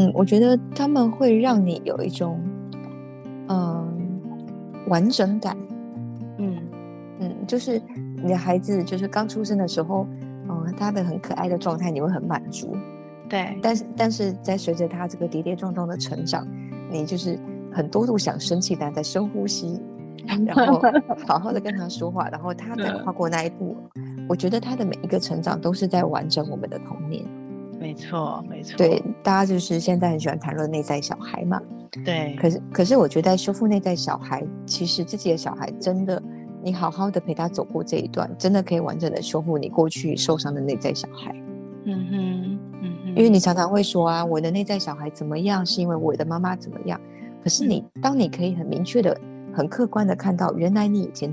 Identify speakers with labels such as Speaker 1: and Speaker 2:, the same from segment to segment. Speaker 1: 嗯我觉得他们会让你有一种嗯完整感，
Speaker 2: 嗯
Speaker 1: 嗯，就是你的孩子就是刚出生的时候，嗯，他的很可爱的状态，你会很满足，
Speaker 2: 对
Speaker 1: 但是但是在随着他这个跌跌撞撞的成长，你就是很多度想生气，但在深呼吸，然后好好的跟他说话，然后他再跨过那一步。我觉得他的每一个成长都是在完整我们的童年。
Speaker 2: 没错没错，
Speaker 1: 对，大家就是现在很喜欢谈论内在小孩嘛，
Speaker 2: 对
Speaker 1: 可是可是我觉得在修复内在小孩，其实自己的小孩真的，你好好的陪他走过这一段，真的可以完整的修复你过去受伤的内在小孩。
Speaker 2: 嗯哼嗯哼，
Speaker 1: 因为你常常会说啊，我的内在小孩怎么样，是因为我的妈妈怎么样。可是你，
Speaker 2: 嗯
Speaker 1: 当你可以很明确的、很客观的看到，原来你以前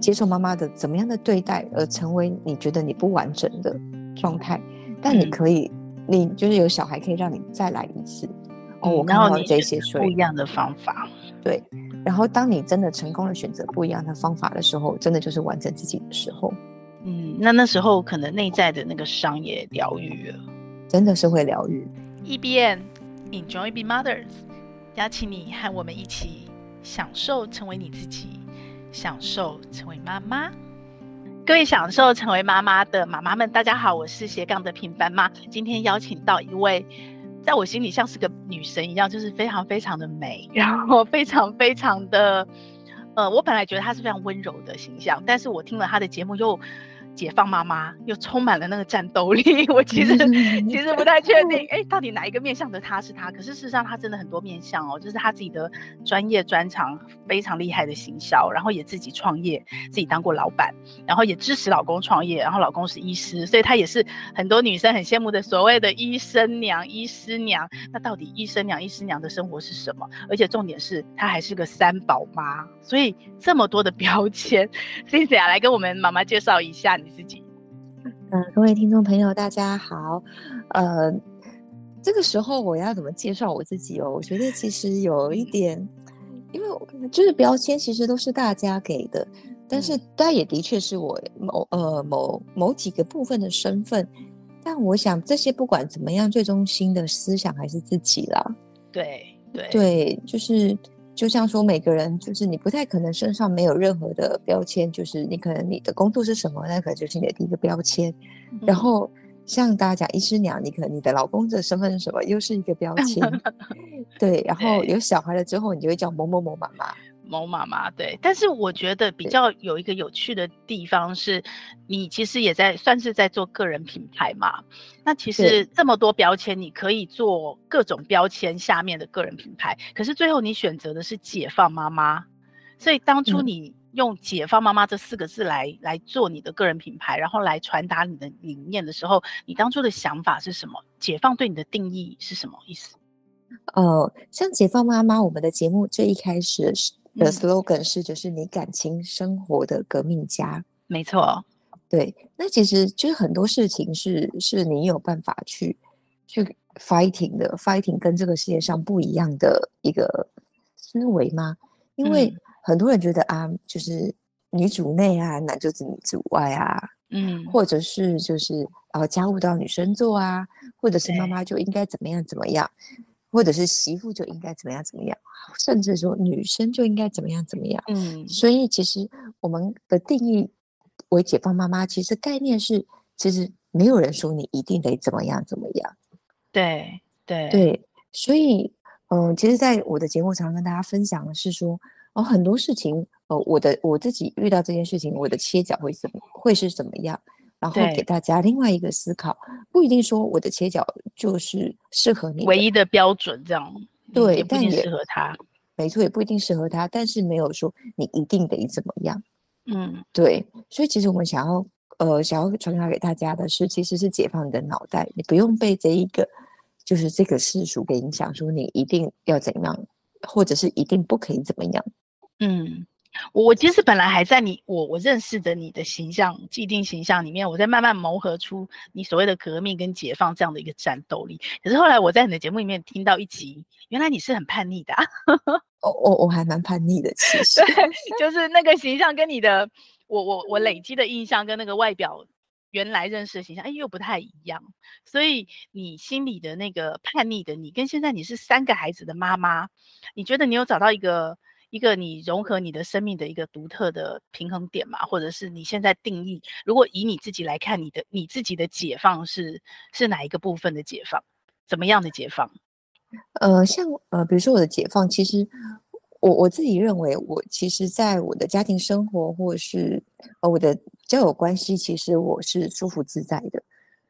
Speaker 1: 接受妈妈的怎么样的对待，而成为你觉得你不完整的状态，但你
Speaker 2: 嗯
Speaker 1: 可以，你就是有小孩可以让你再来一次。哦，
Speaker 2: 嗯
Speaker 1: 我
Speaker 2: 然
Speaker 1: 看
Speaker 2: 后
Speaker 1: 到
Speaker 2: 你
Speaker 1: 这
Speaker 2: 选
Speaker 1: 些，
Speaker 2: 择
Speaker 1: 所
Speaker 2: 不
Speaker 1: 以
Speaker 2: 一样的方法，
Speaker 1: 对。然后，当你真的成功的选择不一样的方法的时候，真的就是完整自己的时候，
Speaker 2: 嗯，那那时候可能内在的那个伤也疗愈了。
Speaker 1: 真的是会疗愈。
Speaker 2: EBN Enjoy Be Mothers，邀请你和我们一起享受成为你自己，享受成为妈妈。各位享受成为妈妈的妈妈们，大家好，我是斜杠的平凡妈。今天邀请到一位，在我心里像是个女神一样，就是非常非常的美，然后非常非常的，呃，我本来觉得她是非常温柔的形象，但是我听了她的节目又解放妈妈，又充满了那个战斗力。 我其实其实不太确定，哎，到底哪一个面向的他是他？可是事实上，他真的很多面向哦，就是他自己的专业专长非常厉害的行销，然后也自己创业，自己当过老板，然后也支持老公创业，然后老公是医师，所以她也是很多女生很羡慕的所谓的医生娘、医师娘。那到底医生娘、医师娘的生活是什么？而且重点是，她还是个三宝妈，所以这么多的标签 c y n t h 来跟我们妈妈介绍一下你自己。
Speaker 1: 嗯，各位听众朋友，大家好。呃，这个时候我要怎么介绍我自己哦？我觉得其实有一点，因为我就是标签其实都是大家给的，但
Speaker 2: 嗯
Speaker 1: 是它也的确是我某呃某某几个部分的身份。但我想这些不管怎么样，最中心的思想还是自己啦。
Speaker 2: 对对
Speaker 1: 对，就是就像说每个人，就是你不太可能身上没有任何的标签，就是你可能你的工作是什么，那可能就是你的第一个标签。然
Speaker 2: 嗯
Speaker 1: 后像大家讲医师娘，你可能你的老公的身份是什么，又是一个标 签。对，然后
Speaker 2: 对
Speaker 1: 有小孩了之后，你就会叫某某某妈妈。
Speaker 2: 某妈妈对，但是我觉得比
Speaker 1: 对
Speaker 2: 较有一个有趣的地方是，你其实也在算是在做个人品牌嘛。那其实这么多标签，你可以做各种标签下面的个人品牌，可是最后你选择的是解放妈妈，所以当初
Speaker 1: 嗯
Speaker 2: 你用“解放妈妈”这四个字来来做你的个人品牌，然后来传达你的理念的时候，你当初的想法是什么？解放对你的定义是什么意思？
Speaker 1: 呃，像解放妈妈，我们的节目最一开始的是的
Speaker 2: 嗯
Speaker 1: slogan 是，就是你感情生活的革命家。
Speaker 2: 没错，哦
Speaker 1: 对，那其实就是很多事情是是你有办法去去 fighting 的，fighting 跟这个世界上不一样的一个思维吗？因为
Speaker 2: 嗯
Speaker 1: 很多人觉得啊，就是女主内啊，男就是女主外啊，
Speaker 2: 嗯，
Speaker 1: 或者是就是呃家务都要女生做啊，或者是妈
Speaker 2: 对
Speaker 1: 妈就应该怎么样怎么样，或者是媳妇就应该怎么样怎么样，甚至说女生就应该怎么样怎么样。
Speaker 2: 嗯
Speaker 1: 所以其实我们的定义为解放妈妈，其实概念是，其实没有人说你一定得怎么样怎么样。
Speaker 2: 对对
Speaker 1: 对，所以嗯、呃其实在我的节目常跟大家分享的是说，哦，很多事情，呃，我的我自己遇到这件事情，我的切角会怎么会是怎么样？然后给
Speaker 2: 对
Speaker 1: 大家另外一个思考，不一定说我的切角就是适合你的，
Speaker 2: 唯一的标准，这样嗯
Speaker 1: 对
Speaker 2: 也不
Speaker 1: 但
Speaker 2: 一定
Speaker 1: 也
Speaker 2: 适合他。
Speaker 1: 没错，也不一定适合他，但是没有说你一定得怎么样。
Speaker 2: 嗯，
Speaker 1: 对，所以其实我们想要呃想要传达给大家的是，其实是解放你的脑袋，你不用被这一个就是这个世俗给影响，说你一定要怎样，或者是一定不可以怎么样。
Speaker 2: 嗯，我我其实本来还在你我我认识的你的形象既定形象里面，我在慢慢磨合出你所谓的革命跟解放这样的一个战斗力。可是后来我在你的节目里面听到一集，原来你是很叛逆的、啊，
Speaker 1: 哦，我我还蛮叛逆的，其实
Speaker 2: 就是那个形象跟你的我我我累积的印象跟那个外表原来认识的形象，哎，又不太一样。所以你心里的那个叛逆的你，跟现在你是三个孩子的妈妈，你觉得你有找到一个一个你融合你的生命的一个独特的平衡点吗？或者是你现在定义，如果以你自己来看，你的你自己的解放是是哪一个部分的解放？怎么样的解放？
Speaker 1: 呃，像呃，比如说我的解放，其实我我自己认为，我其实在我的家庭生活或者是呃我的交友关系，其实我是舒服自在的。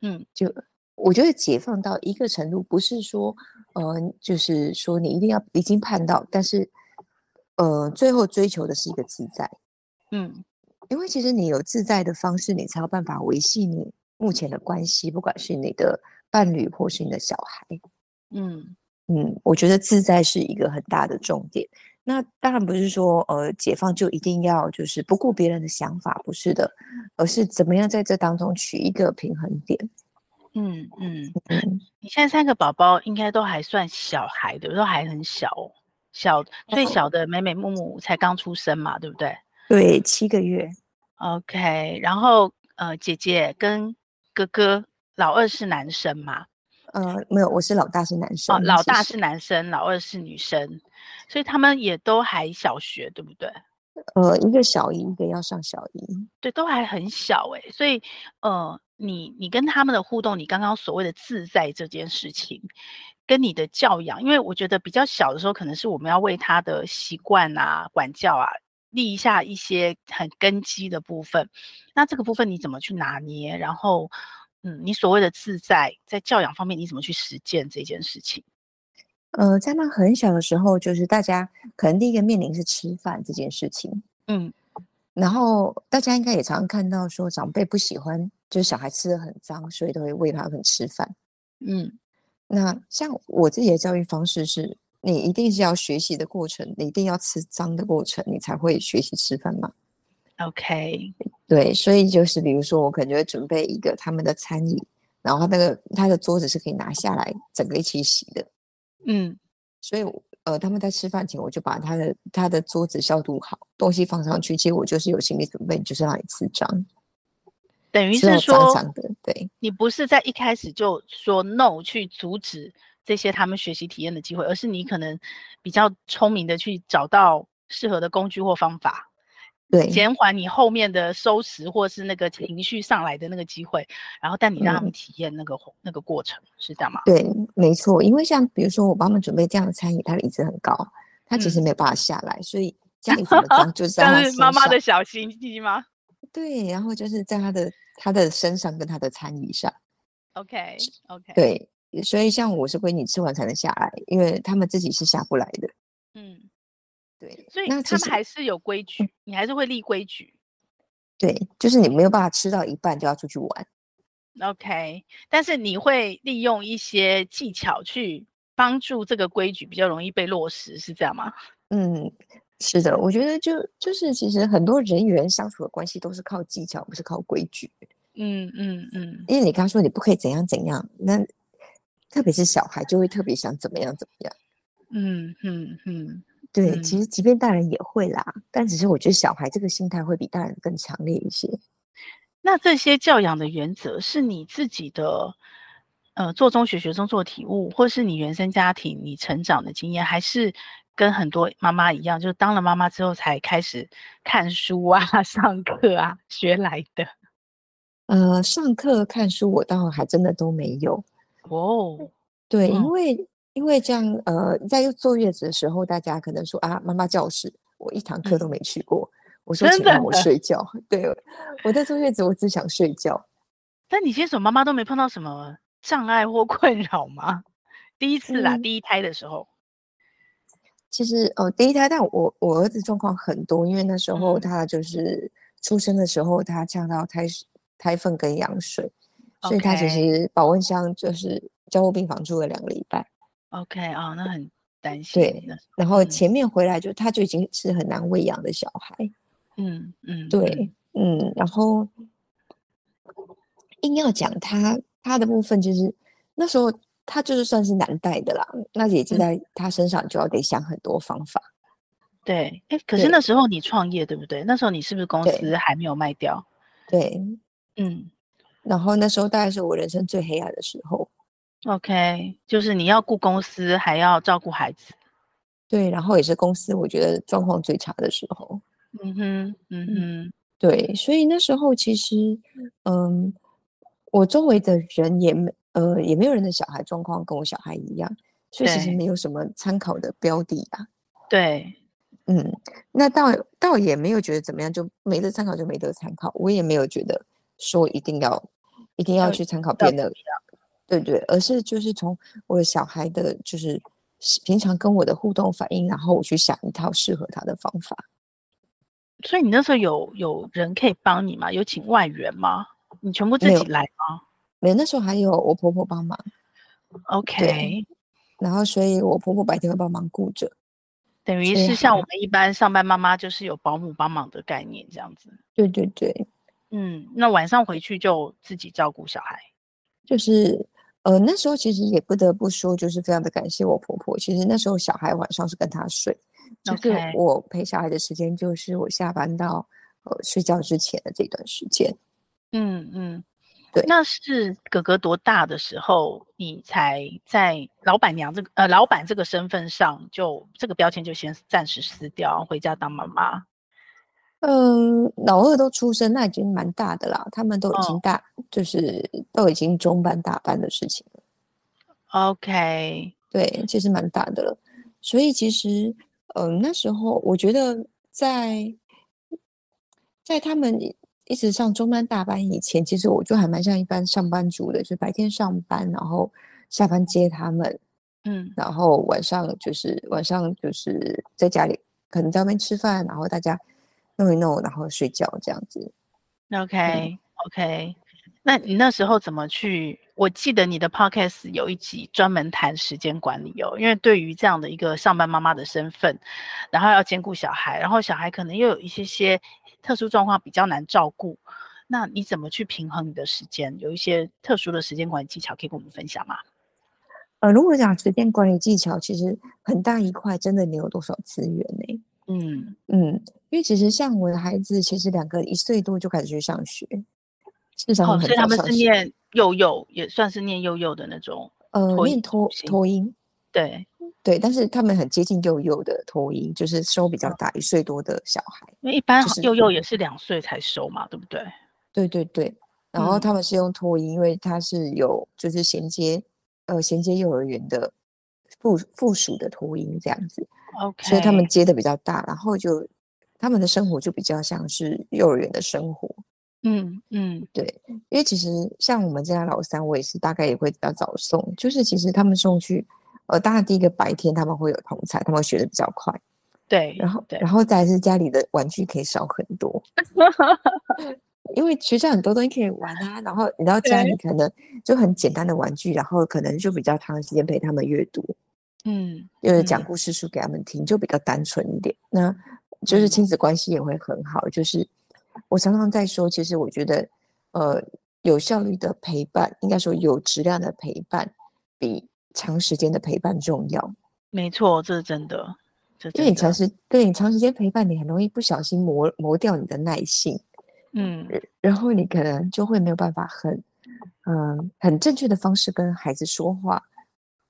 Speaker 2: 嗯，
Speaker 1: 就我觉得解放到一个程度，不是说呃，就是说你一定要离经叛道，但是呃，最后追求的是一个自在，
Speaker 2: 嗯
Speaker 1: 因为其实你有自在的方式，你才有办法维系你目前的关系，不管是你的伴侣或是你的小孩。
Speaker 2: 嗯
Speaker 1: 嗯，我觉得自在是一个很大的重点。那当然不是说，呃，解放就一定要就是不顾别人的想法，不是的，而是怎么样在这当中取一个平衡点。
Speaker 2: 嗯嗯。
Speaker 1: 嗯，
Speaker 2: 你现在三个宝宝应该都还算小孩，对不对？都还很小哦，小最小的美美木木才刚出生嘛，对不对
Speaker 1: 对，七个月，
Speaker 2: ？OK，然后呃，姐姐跟哥哥，老二是男生嘛？
Speaker 1: 呃，没有，我是老大是男生，
Speaker 2: 哦，老大
Speaker 1: 其
Speaker 2: 是
Speaker 1: 实
Speaker 2: 男生，老二是女生，所以他们也都还小学，对不对？
Speaker 1: 呃，一个小一，一个要上小一。
Speaker 2: 对，都还很小诶、所以呃，你你跟他们的互动，你刚刚所谓的自在这件事情，跟你的教养，因为我觉得比较小的时候，可能是我们要为他的习惯啊、管教啊，立一下一些很根基的部分。那这个部分你怎么去拿捏？然后，嗯，你所谓的自在，在教养方面，你怎么去实践这件事情？
Speaker 1: 呃，在他们很小的时候，就是大家可能第一个面临是吃饭这件事情，
Speaker 2: 嗯
Speaker 1: 然后大家应该也常常看到说长辈不喜欢，就是小孩吃的很脏，所以都会喂他们吃饭。
Speaker 2: 嗯
Speaker 1: 那像我自己的教育方式是，你一定是要学习的过程，你一定要吃脏的过程，你才会学习吃饭嘛。
Speaker 2: ，OK，
Speaker 1: 对，所以就是比如说，我可能就会准备一个他们的餐椅，然后他那个他的桌子是可以拿下来整个一起洗的，
Speaker 2: 嗯
Speaker 1: 所以我呃他们在吃饭前，我就把他的他的桌子消毒好，东西放上去，其实我就是有心理准备，就是让你吃脏，
Speaker 2: 等于
Speaker 1: 吃
Speaker 2: 是
Speaker 1: 到
Speaker 2: 说，
Speaker 1: 脏脏的，对。
Speaker 2: 你不是在一开始就说 no 去阻止这些他们学习体验的机会，而是你可能比较聪明的去找到适合的工具或方法，
Speaker 1: 对，
Speaker 2: 减缓你后面的收拾或是那个情绪上来的那个机会，然后但你让
Speaker 1: 嗯
Speaker 2: 他们体验那个活、那个过程，是这样吗？
Speaker 1: 对，没错，因为像比如说我帮他们准备这样的餐椅，它的椅子很高，它其实
Speaker 2: 嗯
Speaker 1: 没有办法下来，所以家里怎么 脏就是在他
Speaker 2: 但
Speaker 1: 身
Speaker 2: 是
Speaker 1: 上。
Speaker 2: 妈妈的小心机吗
Speaker 1: 对，然后就是在他的他的身上跟他的餐椅上。
Speaker 2: ？OK OK，，
Speaker 1: 对，所以像我是闺女吃完才能下来，因为他们自己是下不来的。
Speaker 2: 嗯，
Speaker 1: 对，
Speaker 2: 所以
Speaker 1: 那其
Speaker 2: 他们
Speaker 1: 实嗯
Speaker 2: 还是有规矩，你还是会立规矩。
Speaker 1: 对，就是你没有办法吃到一半就要出去玩。
Speaker 2: OK，但是你会利用一些技巧去帮助这个规矩比较容易被落实，是这样吗？
Speaker 1: 嗯，是的，我觉得就就是其实很多人与人相处的关系都是靠技巧，不是靠规矩。
Speaker 2: 嗯嗯嗯，
Speaker 1: 因为你刚说你不可以怎样怎样，那特别是小孩就会特别想怎么样怎么样。
Speaker 2: 嗯嗯嗯，
Speaker 1: 对，
Speaker 2: 嗯
Speaker 1: 其实即便大人也会啦，但只是我觉得小孩这个心态会比大人更强烈一些。
Speaker 2: 那这些教养的原则是你自己的，呃，做中学学中做体悟，或是你原生家庭你成长的经验，还是跟很多妈妈一样，就是当了妈妈之后才开始看书啊、 上课啊学来的？
Speaker 1: 呃，上课看书我倒还真的都没有，
Speaker 2: 哦，
Speaker 1: 对，因
Speaker 2: 嗯
Speaker 1: 为因为这样呃，在坐月子的时候，大家可能说啊，妈妈教室，我一堂课都
Speaker 2: 嗯
Speaker 1: 没去过。我说，
Speaker 2: 真
Speaker 1: 请让
Speaker 2: 的
Speaker 1: 我睡觉。对，我在坐月子，我只想睡觉。
Speaker 2: 但你新手妈妈都没碰到什么障碍或 困扰吗？第一次啦，
Speaker 1: 嗯
Speaker 2: 第一胎的时候，
Speaker 1: 其实呃，第一胎，但我我儿子状况很多，因为那时候
Speaker 2: 嗯
Speaker 1: 他就是出生的时候，他呛到胎水胎粪跟羊水，所以他其
Speaker 2: OK
Speaker 1: 实保温箱就是交护病房住了两个礼拜。
Speaker 2: OK 啊、那很担心
Speaker 1: 对，
Speaker 2: 那时候
Speaker 1: 然后
Speaker 2: 嗯
Speaker 1: 前面回来就他就已经是很难喂养的小孩。
Speaker 2: 嗯嗯
Speaker 1: 对
Speaker 2: 嗯，
Speaker 1: 嗯，然后硬要讲他他的部分，就是那时候他就是算是难带的啦，那也就
Speaker 2: 嗯，
Speaker 1: 在他身上就要得想很多方法。
Speaker 2: 对，哎，可是那
Speaker 1: 对
Speaker 2: 时候你创业对不对？那时候你是不是公
Speaker 1: 对
Speaker 2: 司还没有卖掉？
Speaker 1: 对，
Speaker 2: 嗯
Speaker 1: 然后那时候大概是我人生最黑暗的时候。
Speaker 2: OK，就是你要顾公司，还要照顾孩子。
Speaker 1: 对，然后也是公司我觉得状况最差的时候。
Speaker 2: 嗯哼，嗯哼，
Speaker 1: 对，所以那时候其实，嗯，我周围的人也没呃也没有人的小孩状况跟我小孩一样，所以其实
Speaker 2: 对
Speaker 1: 没有什么参考的标的啊。
Speaker 2: 对，
Speaker 1: 嗯，那倒倒也没有觉得怎么样，就没得参考就没得参考，我也没有觉得说一定要一定要
Speaker 2: 要
Speaker 1: 去参考别
Speaker 2: 呃要
Speaker 1: 人的
Speaker 2: 怎么样
Speaker 1: 对对，而是就是从我的小孩的，就是是平常跟我的互动反应，然后我去想一套适合他的方法。
Speaker 2: 所以你那时候有有人可以帮你吗？有请外援吗？你全部自
Speaker 1: 没有
Speaker 2: 己来吗
Speaker 1: 没，那时候还有我婆婆帮忙，
Speaker 2: ？OK，
Speaker 1: 然后所以我婆婆白天会帮忙顾着。
Speaker 2: 等于
Speaker 1: 所以
Speaker 2: 是像我们一般上班妈妈就是有保姆帮忙的概念这样子。
Speaker 1: 对对对，
Speaker 2: 嗯，那晚上回去就自己照顾小孩。
Speaker 1: 就是呃那时候其实也不得不说，就是非常的感谢我婆婆。其实那时候小孩晚上是跟她睡，就是
Speaker 2: OK
Speaker 1: 我陪小孩的时间就是我下班到呃睡觉之前的这段时间。
Speaker 2: 嗯嗯，
Speaker 1: 对
Speaker 2: 那是哥哥多大的时候，你才在老板娘这个呃老板这个身份上就这个标签就先暂时撕掉，回家当妈妈。
Speaker 1: 嗯，老二都出生，那已经蛮大的啦。他们都已经
Speaker 2: 哦
Speaker 1: 大，就是都已经中班、大班的事情了。
Speaker 2: OK，
Speaker 1: 对，其实蛮大的了。所以其实，嗯，那时候我觉得在在他们一一直上中班、大班以前，其实我就还蛮像一般上班族的，就白天上班，然后下班接他们，
Speaker 2: 嗯
Speaker 1: 然后晚上就是晚上就是在家里可能在外面吃饭，然后大家弄一弄，然后睡觉这样子。
Speaker 2: ，OK OK，那你那时候怎么去？我记得你的 podcast 有一集专门谈时间管理哦，因为对于这样的一个上班妈妈的身份，然后要兼顾小孩，然后小孩可能又有一些些特殊状况比较难照顾，那你怎么去平衡你的时间？有一些特殊的时间管理技巧可以跟我们分享吗？
Speaker 1: 呃，如果讲时间管理技巧，其实很大一块真的你有多少资源呢、
Speaker 2: 嗯
Speaker 1: 嗯，因为其实像我的孩子，其实两个一岁多就开始去上学，至少
Speaker 2: 哦，
Speaker 1: 嗯很
Speaker 2: 所以他
Speaker 1: 早
Speaker 2: 们
Speaker 1: 上
Speaker 2: 是
Speaker 1: 学。
Speaker 2: 念幼幼，也算是念幼幼的那种，
Speaker 1: 呃，
Speaker 2: 托
Speaker 1: 念
Speaker 2: 婴
Speaker 1: 托
Speaker 2: 型
Speaker 1: 托音，
Speaker 2: 对，
Speaker 1: 对，但是他们很接近幼幼的托音，就是收比
Speaker 2: 嗯
Speaker 1: 较大一岁多的小孩。
Speaker 2: 因为一般
Speaker 1: 就
Speaker 2: 好
Speaker 1: 是
Speaker 2: 幼幼也是两岁才收嘛，对不对？
Speaker 1: 对对对，然后
Speaker 2: 嗯
Speaker 1: 他们是用托音，因为它是有就是衔接呃衔接幼儿园的附附属的托音这样子。
Speaker 2: OK，
Speaker 1: 所以他们接的比较大，然后就他们的生活就比较像是幼儿园的生活。
Speaker 2: 嗯嗯
Speaker 1: 对，因为其实像我们家老三，我也是大概也会比较早送，就是其实他们送去，呃，当然第一个白天他们会有同才，他们学的比较快，
Speaker 2: 对，
Speaker 1: 然后
Speaker 2: 嗯对
Speaker 1: 然后再来是家里的玩具可以少很 多，因为学校很多东西可以玩啊，然后你到家
Speaker 2: 对
Speaker 1: 里可能就很简单的玩具，然后可能就比较长时间陪他们阅读，
Speaker 2: 嗯
Speaker 1: 就是讲
Speaker 2: 嗯
Speaker 1: 故事书给他们听，就比较单纯一点。那就是
Speaker 2: 嗯
Speaker 1: 亲子关系也会很好。就是我常常在说，其实我觉得，呃，有效率的陪伴，应该说有质量的陪伴，比长时间的陪伴重要。
Speaker 2: 没错，这是真的，这
Speaker 1: 因为
Speaker 2: 真
Speaker 1: 你长
Speaker 2: 的，
Speaker 1: 时对你长时间陪伴，你很容易不小心磨磨掉你的耐性，
Speaker 2: 嗯
Speaker 1: 然后你可能就会没有办法很，嗯、很正确的方式跟孩子说话。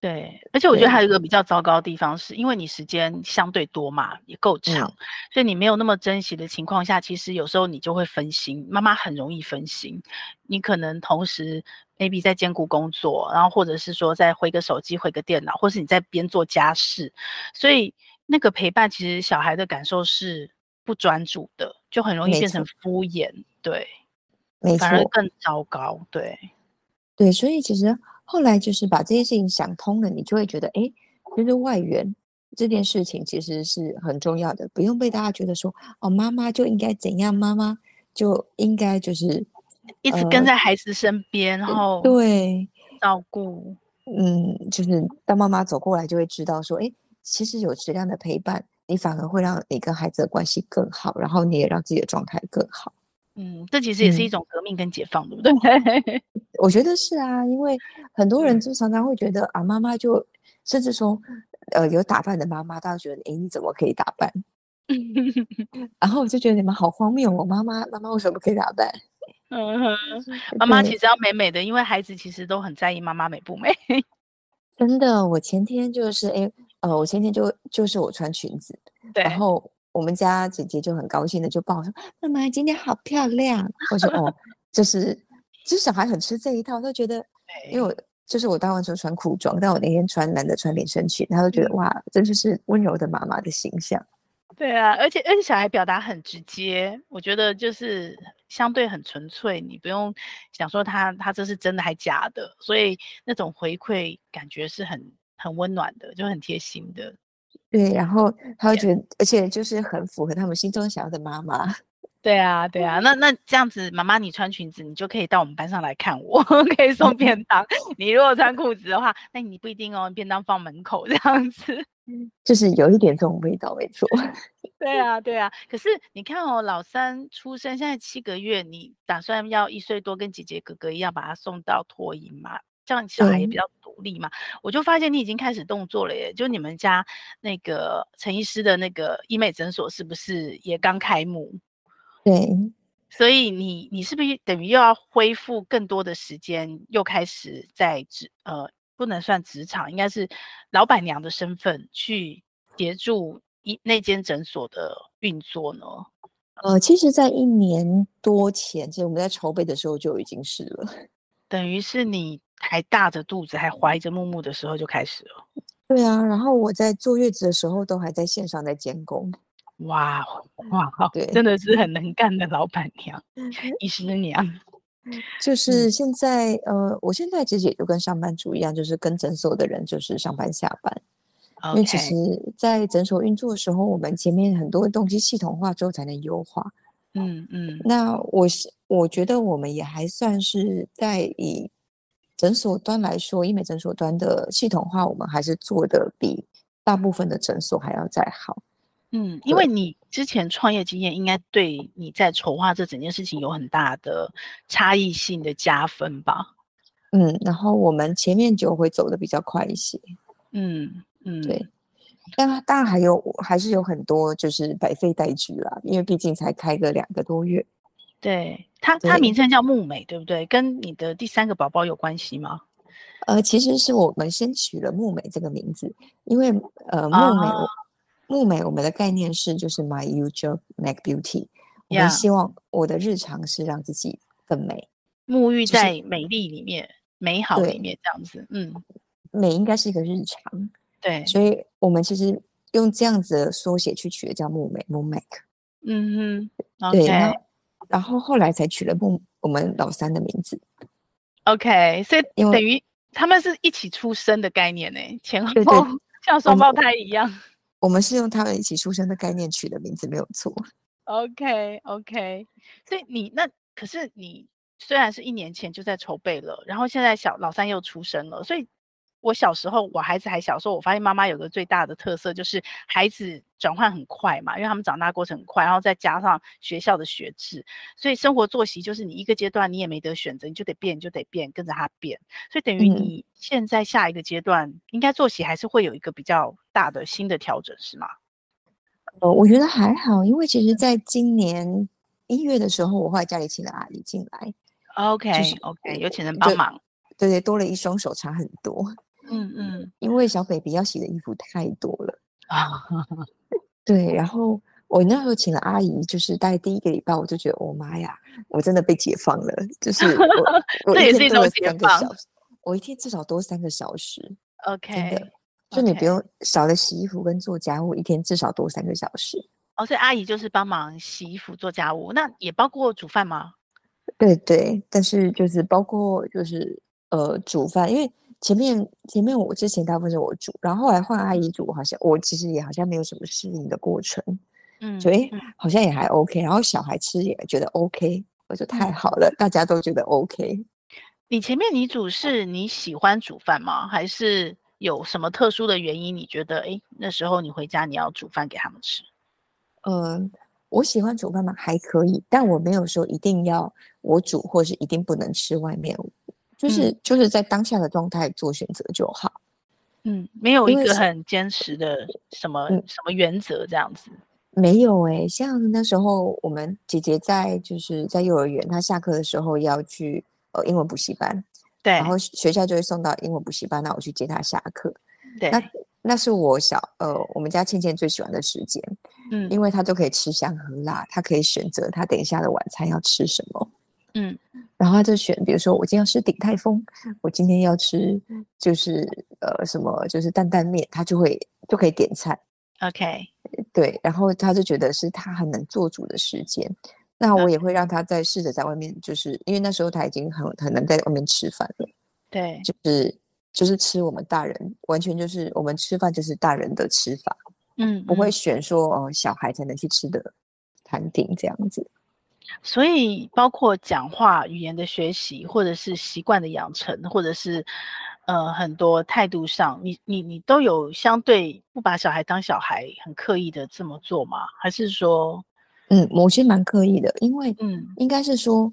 Speaker 2: 对，而且我觉得
Speaker 1: 对
Speaker 2: 还有一个比较糟糕的地方是，因为你时间相对多嘛，也够长，
Speaker 1: 嗯，
Speaker 2: 所以你没有那么珍惜的情况下，其实有时候你就会分心。妈妈很容易分心，你可能同时 maybe 在兼顾工作，然后或者是说在回个手机、回个电脑，或是你在边做家事，所以那个陪伴其实小孩的感受是不专注的，就很容易
Speaker 1: 没
Speaker 2: 变成
Speaker 1: 错
Speaker 2: 敷衍，对，
Speaker 1: 没
Speaker 2: 反而
Speaker 1: 错。
Speaker 2: 更糟糕，对。
Speaker 1: 对，所以其实后来就是把这件事情想通了，你就会觉得，哎，其实外援这件事情其实是很重要的，不用被大家觉得说，哦，妈妈就应该怎样，妈妈就应该就是，
Speaker 2: 一直
Speaker 1: 呃
Speaker 2: 跟在孩子身边，然后
Speaker 1: 对，
Speaker 2: 照顾，
Speaker 1: 嗯，就是当妈妈走过来就会知道说，哎，其实有质量的陪伴，你反而会让你跟孩子的关系更好，然后你也让自己的状态更好。
Speaker 2: 嗯，这其实也是一
Speaker 1: 嗯
Speaker 2: 种革命跟解放，对不对？
Speaker 1: 我觉得是啊，因为很多人
Speaker 2: 嗯
Speaker 1: 就常常会觉得啊，妈妈就甚至说，呃，有打扮的妈妈，大家觉得，诶，你怎么可以打 扮？然后我就觉得你们好荒谬哦，妈妈，妈妈为什么不可以打扮？
Speaker 2: 嗯哼，妈妈
Speaker 1: 对
Speaker 2: 其实要美美的，因为孩子其实都很在意妈妈美不美。
Speaker 1: 真的，我前天就是哎，呃，我前天就就是我穿裙子，
Speaker 2: 对，
Speaker 1: 然后我们家姐姐就很高兴的就抱我说：“妈妈今天好漂亮。”我说：“哦，就是就是小孩很吃这一套，他觉得因为我就是我大部分时候穿裤装，但我那天穿难得穿连身裙，他都觉得、
Speaker 2: 嗯
Speaker 1: 哇，这就是温柔的妈妈的形象。
Speaker 2: 对啊，而且而且小孩表达很直接，我觉得就是相对很纯粹，你不用想说他他这是真的还假的，所以那种回馈感觉是很很温暖的，就很贴心的。
Speaker 1: 对，然后他会觉得，而且就是很符合他们心中想要的妈妈。
Speaker 2: 对啊，对啊，那那这样子，妈妈你穿裙子，你就可以到我们班上来看我， 可以送便当。 你如果穿裤子的话，那你不一定哦，便当放门口这样子。
Speaker 1: 就是有一点这种味道，没错。
Speaker 2: 对啊，对啊。可是你看哦，老三出生现在七个月，你打算要一岁多跟姐姐哥哥一样把他送到托婴吗？这样小孩也比较独立嘛。我就发现你已经开始动作了耶，就你们家那个陈医师的那个医美诊所是不是也刚开幕？
Speaker 1: 对，
Speaker 2: 所以你你是不是等于又要恢复更多的时间，又开始在职呃不能算职场，应该是老板娘的身份去协助一那间诊所的运作呢？
Speaker 1: 呃，其实，在一年多前，其实我们在筹备的时候就已经是了。
Speaker 2: 等于是你还大着肚子，还怀着木木的时候就开始了。
Speaker 1: 对啊，然后我在坐月子的时候都还在线上在监工。
Speaker 2: 哇哦哇哦，
Speaker 1: 嗯对
Speaker 2: 真的是很能干的老板娘、医师娘。
Speaker 1: 就是现在，呃，我现在其实也就跟上班族一样，就是跟诊所的人就是上班下班。因为其
Speaker 2: OK，
Speaker 1: 实，在诊所运作的时候，我们前面很多东西系统化之后才能优化。
Speaker 2: 嗯嗯，
Speaker 1: 那我是我觉得我们也还算是在以诊所端来说，医美诊所端的系统化，我们还是做的比大部分的诊所还要再好。
Speaker 2: 嗯，因为你之前创业经验，应该对你在筹划这整件事情有很大的差异性的加分吧？
Speaker 1: 嗯，然后我们前面就会走的比较快一些，
Speaker 2: 嗯嗯，
Speaker 1: 对。但当然还有还是有很多就是百废待举啦，因为毕竟才开个两个多月。
Speaker 2: 对，它它名
Speaker 1: 对
Speaker 2: 称叫木美，对不对？跟你的第三个宝宝有关系吗？
Speaker 1: 呃，其实是我们先取了木美这个名字，因为呃木美
Speaker 2: 啊
Speaker 1: 我木美我们的概念是就是 my usual make beauty，我们
Speaker 2: Yeah
Speaker 1: 希望我的日常是让自己更美，
Speaker 2: 沐浴
Speaker 1: 就是
Speaker 2: 在美丽里面、美好里
Speaker 1: 对
Speaker 2: 面，这样子。嗯，
Speaker 1: 美应该是一个日常，
Speaker 2: 对，
Speaker 1: 所以我们其实用这样子的缩写去取的叫木美 moon make，
Speaker 2: 嗯哼
Speaker 1: 对，然
Speaker 2: ，OK
Speaker 1: 后然后后来才取了木我们老三的名字，
Speaker 2: OK，所以
Speaker 1: 因为
Speaker 2: 等于他们是一起出生的概念呢，前后
Speaker 1: 对对嗯
Speaker 2: 像双
Speaker 1: 们
Speaker 2: 胞胎一样。
Speaker 1: 我们是用他们一起出生的概念取的名字，没有错。
Speaker 2: OK OK，所以你那可是你虽然是一年前就在筹备了，然后现在小老三又出生了，所以我小时候我孩子还小时候，我发现妈妈有个最大的特色就是孩子转换很快嘛，因为他们长大过程很快，然后再加上学校的学制，所以生活作息就是你一个阶段你也没得选择，你就得变你就得变，跟着他变，所以等于
Speaker 1: 嗯
Speaker 2: 你现在下一个阶段应该作息还是会有一个比较大的新的调整，是吗？
Speaker 1: 呃，我觉得还好，因为其实在今年一月的时候，我后来家里请了阿姨进来，
Speaker 2: OK
Speaker 1: 是
Speaker 2: OK，
Speaker 1: 我
Speaker 2: 有请人
Speaker 1: 就
Speaker 2: 帮忙。
Speaker 1: 对对，多了一双手差很多，
Speaker 2: 嗯 嗯
Speaker 1: 因为小 baby 要洗的衣服太多了。
Speaker 2: 啊，
Speaker 1: 对，然后我那时候请了阿姨，就是大概第一个礼拜，我就觉得，我、妈呀，我真的被解放了，就是 我我
Speaker 2: 这也
Speaker 1: 一
Speaker 2: 是一
Speaker 1: 天多
Speaker 2: 种
Speaker 1: 了
Speaker 2: 解
Speaker 1: 三个
Speaker 2: 放
Speaker 1: 小时，我一天至少多三个小时，真
Speaker 2: OK，
Speaker 1: 的，就你
Speaker 2: OK
Speaker 1: 不用少了洗衣服跟做家务，一天至少多三个小时。
Speaker 2: 哦，所以阿姨就是帮忙洗衣服、做家务，那也包括煮饭吗？
Speaker 1: 对对，但是就是包括就是呃煮饭，因为前面前面我之前大部分是我煮，然后后来换阿姨煮，我好像我其实也好像没有什么适应的过程，
Speaker 2: 嗯，
Speaker 1: 所以
Speaker 2: 嗯
Speaker 1: 好像也还 OK，然后小孩吃也觉得 OK，我说太好了，大家都觉得 OK。
Speaker 2: 你前面你煮是你喜欢煮饭吗？还是有什么特殊的原因？你觉得诶，那时候你回家你要煮饭给他们吃？
Speaker 1: 嗯，我喜欢煮饭嘛，还可以，但我没有说一定要我煮，或是一定不能吃外面，就
Speaker 2: 嗯
Speaker 1: 是就是在当下的状态做选择就好。
Speaker 2: 嗯，没有一
Speaker 1: 因为
Speaker 2: 个
Speaker 1: 是
Speaker 2: 很坚持的什么
Speaker 1: 嗯
Speaker 2: 什么原则这样子。
Speaker 1: 没有哎、像那时候我们姐姐在就是在幼儿园，她下课的时候要去呃英文补习班，
Speaker 2: 对
Speaker 1: 然后学校就会送到英文补习班，那我去接她下课。
Speaker 2: 对，
Speaker 1: 那那是我小呃我们家倩倩最喜欢的时间，
Speaker 2: 嗯
Speaker 1: 因为她就可以吃香喝辣，她可以选择她等一下的晚餐要吃什么。
Speaker 2: 嗯
Speaker 1: 然后他就选，比如说我今天要吃鼎泰丰，我今天要吃就是呃什么就是担担面，他就会就可以点菜，
Speaker 2: ，OK，
Speaker 1: 对，然后他就觉得是他很能做主的时间。那我也会让他在试着在外面，就是因为那时候他已经很很能在外面吃饭了，
Speaker 2: 对，
Speaker 1: 就是就是吃我们大人，完全就是我们吃饭就是大人的吃法，
Speaker 2: 嗯，
Speaker 1: 不会
Speaker 2: 嗯。
Speaker 1: 选说哦、呃小孩才能去吃的餐厅这样子。
Speaker 2: 所以包括讲话、语言的学习，或者是习惯的养成，或者是呃很多态度上，你你你都有相对不把小孩当小孩，很刻意的这么做吗？还是说，
Speaker 1: 嗯，我是蛮刻意的，因为
Speaker 2: 嗯
Speaker 1: 应该是说，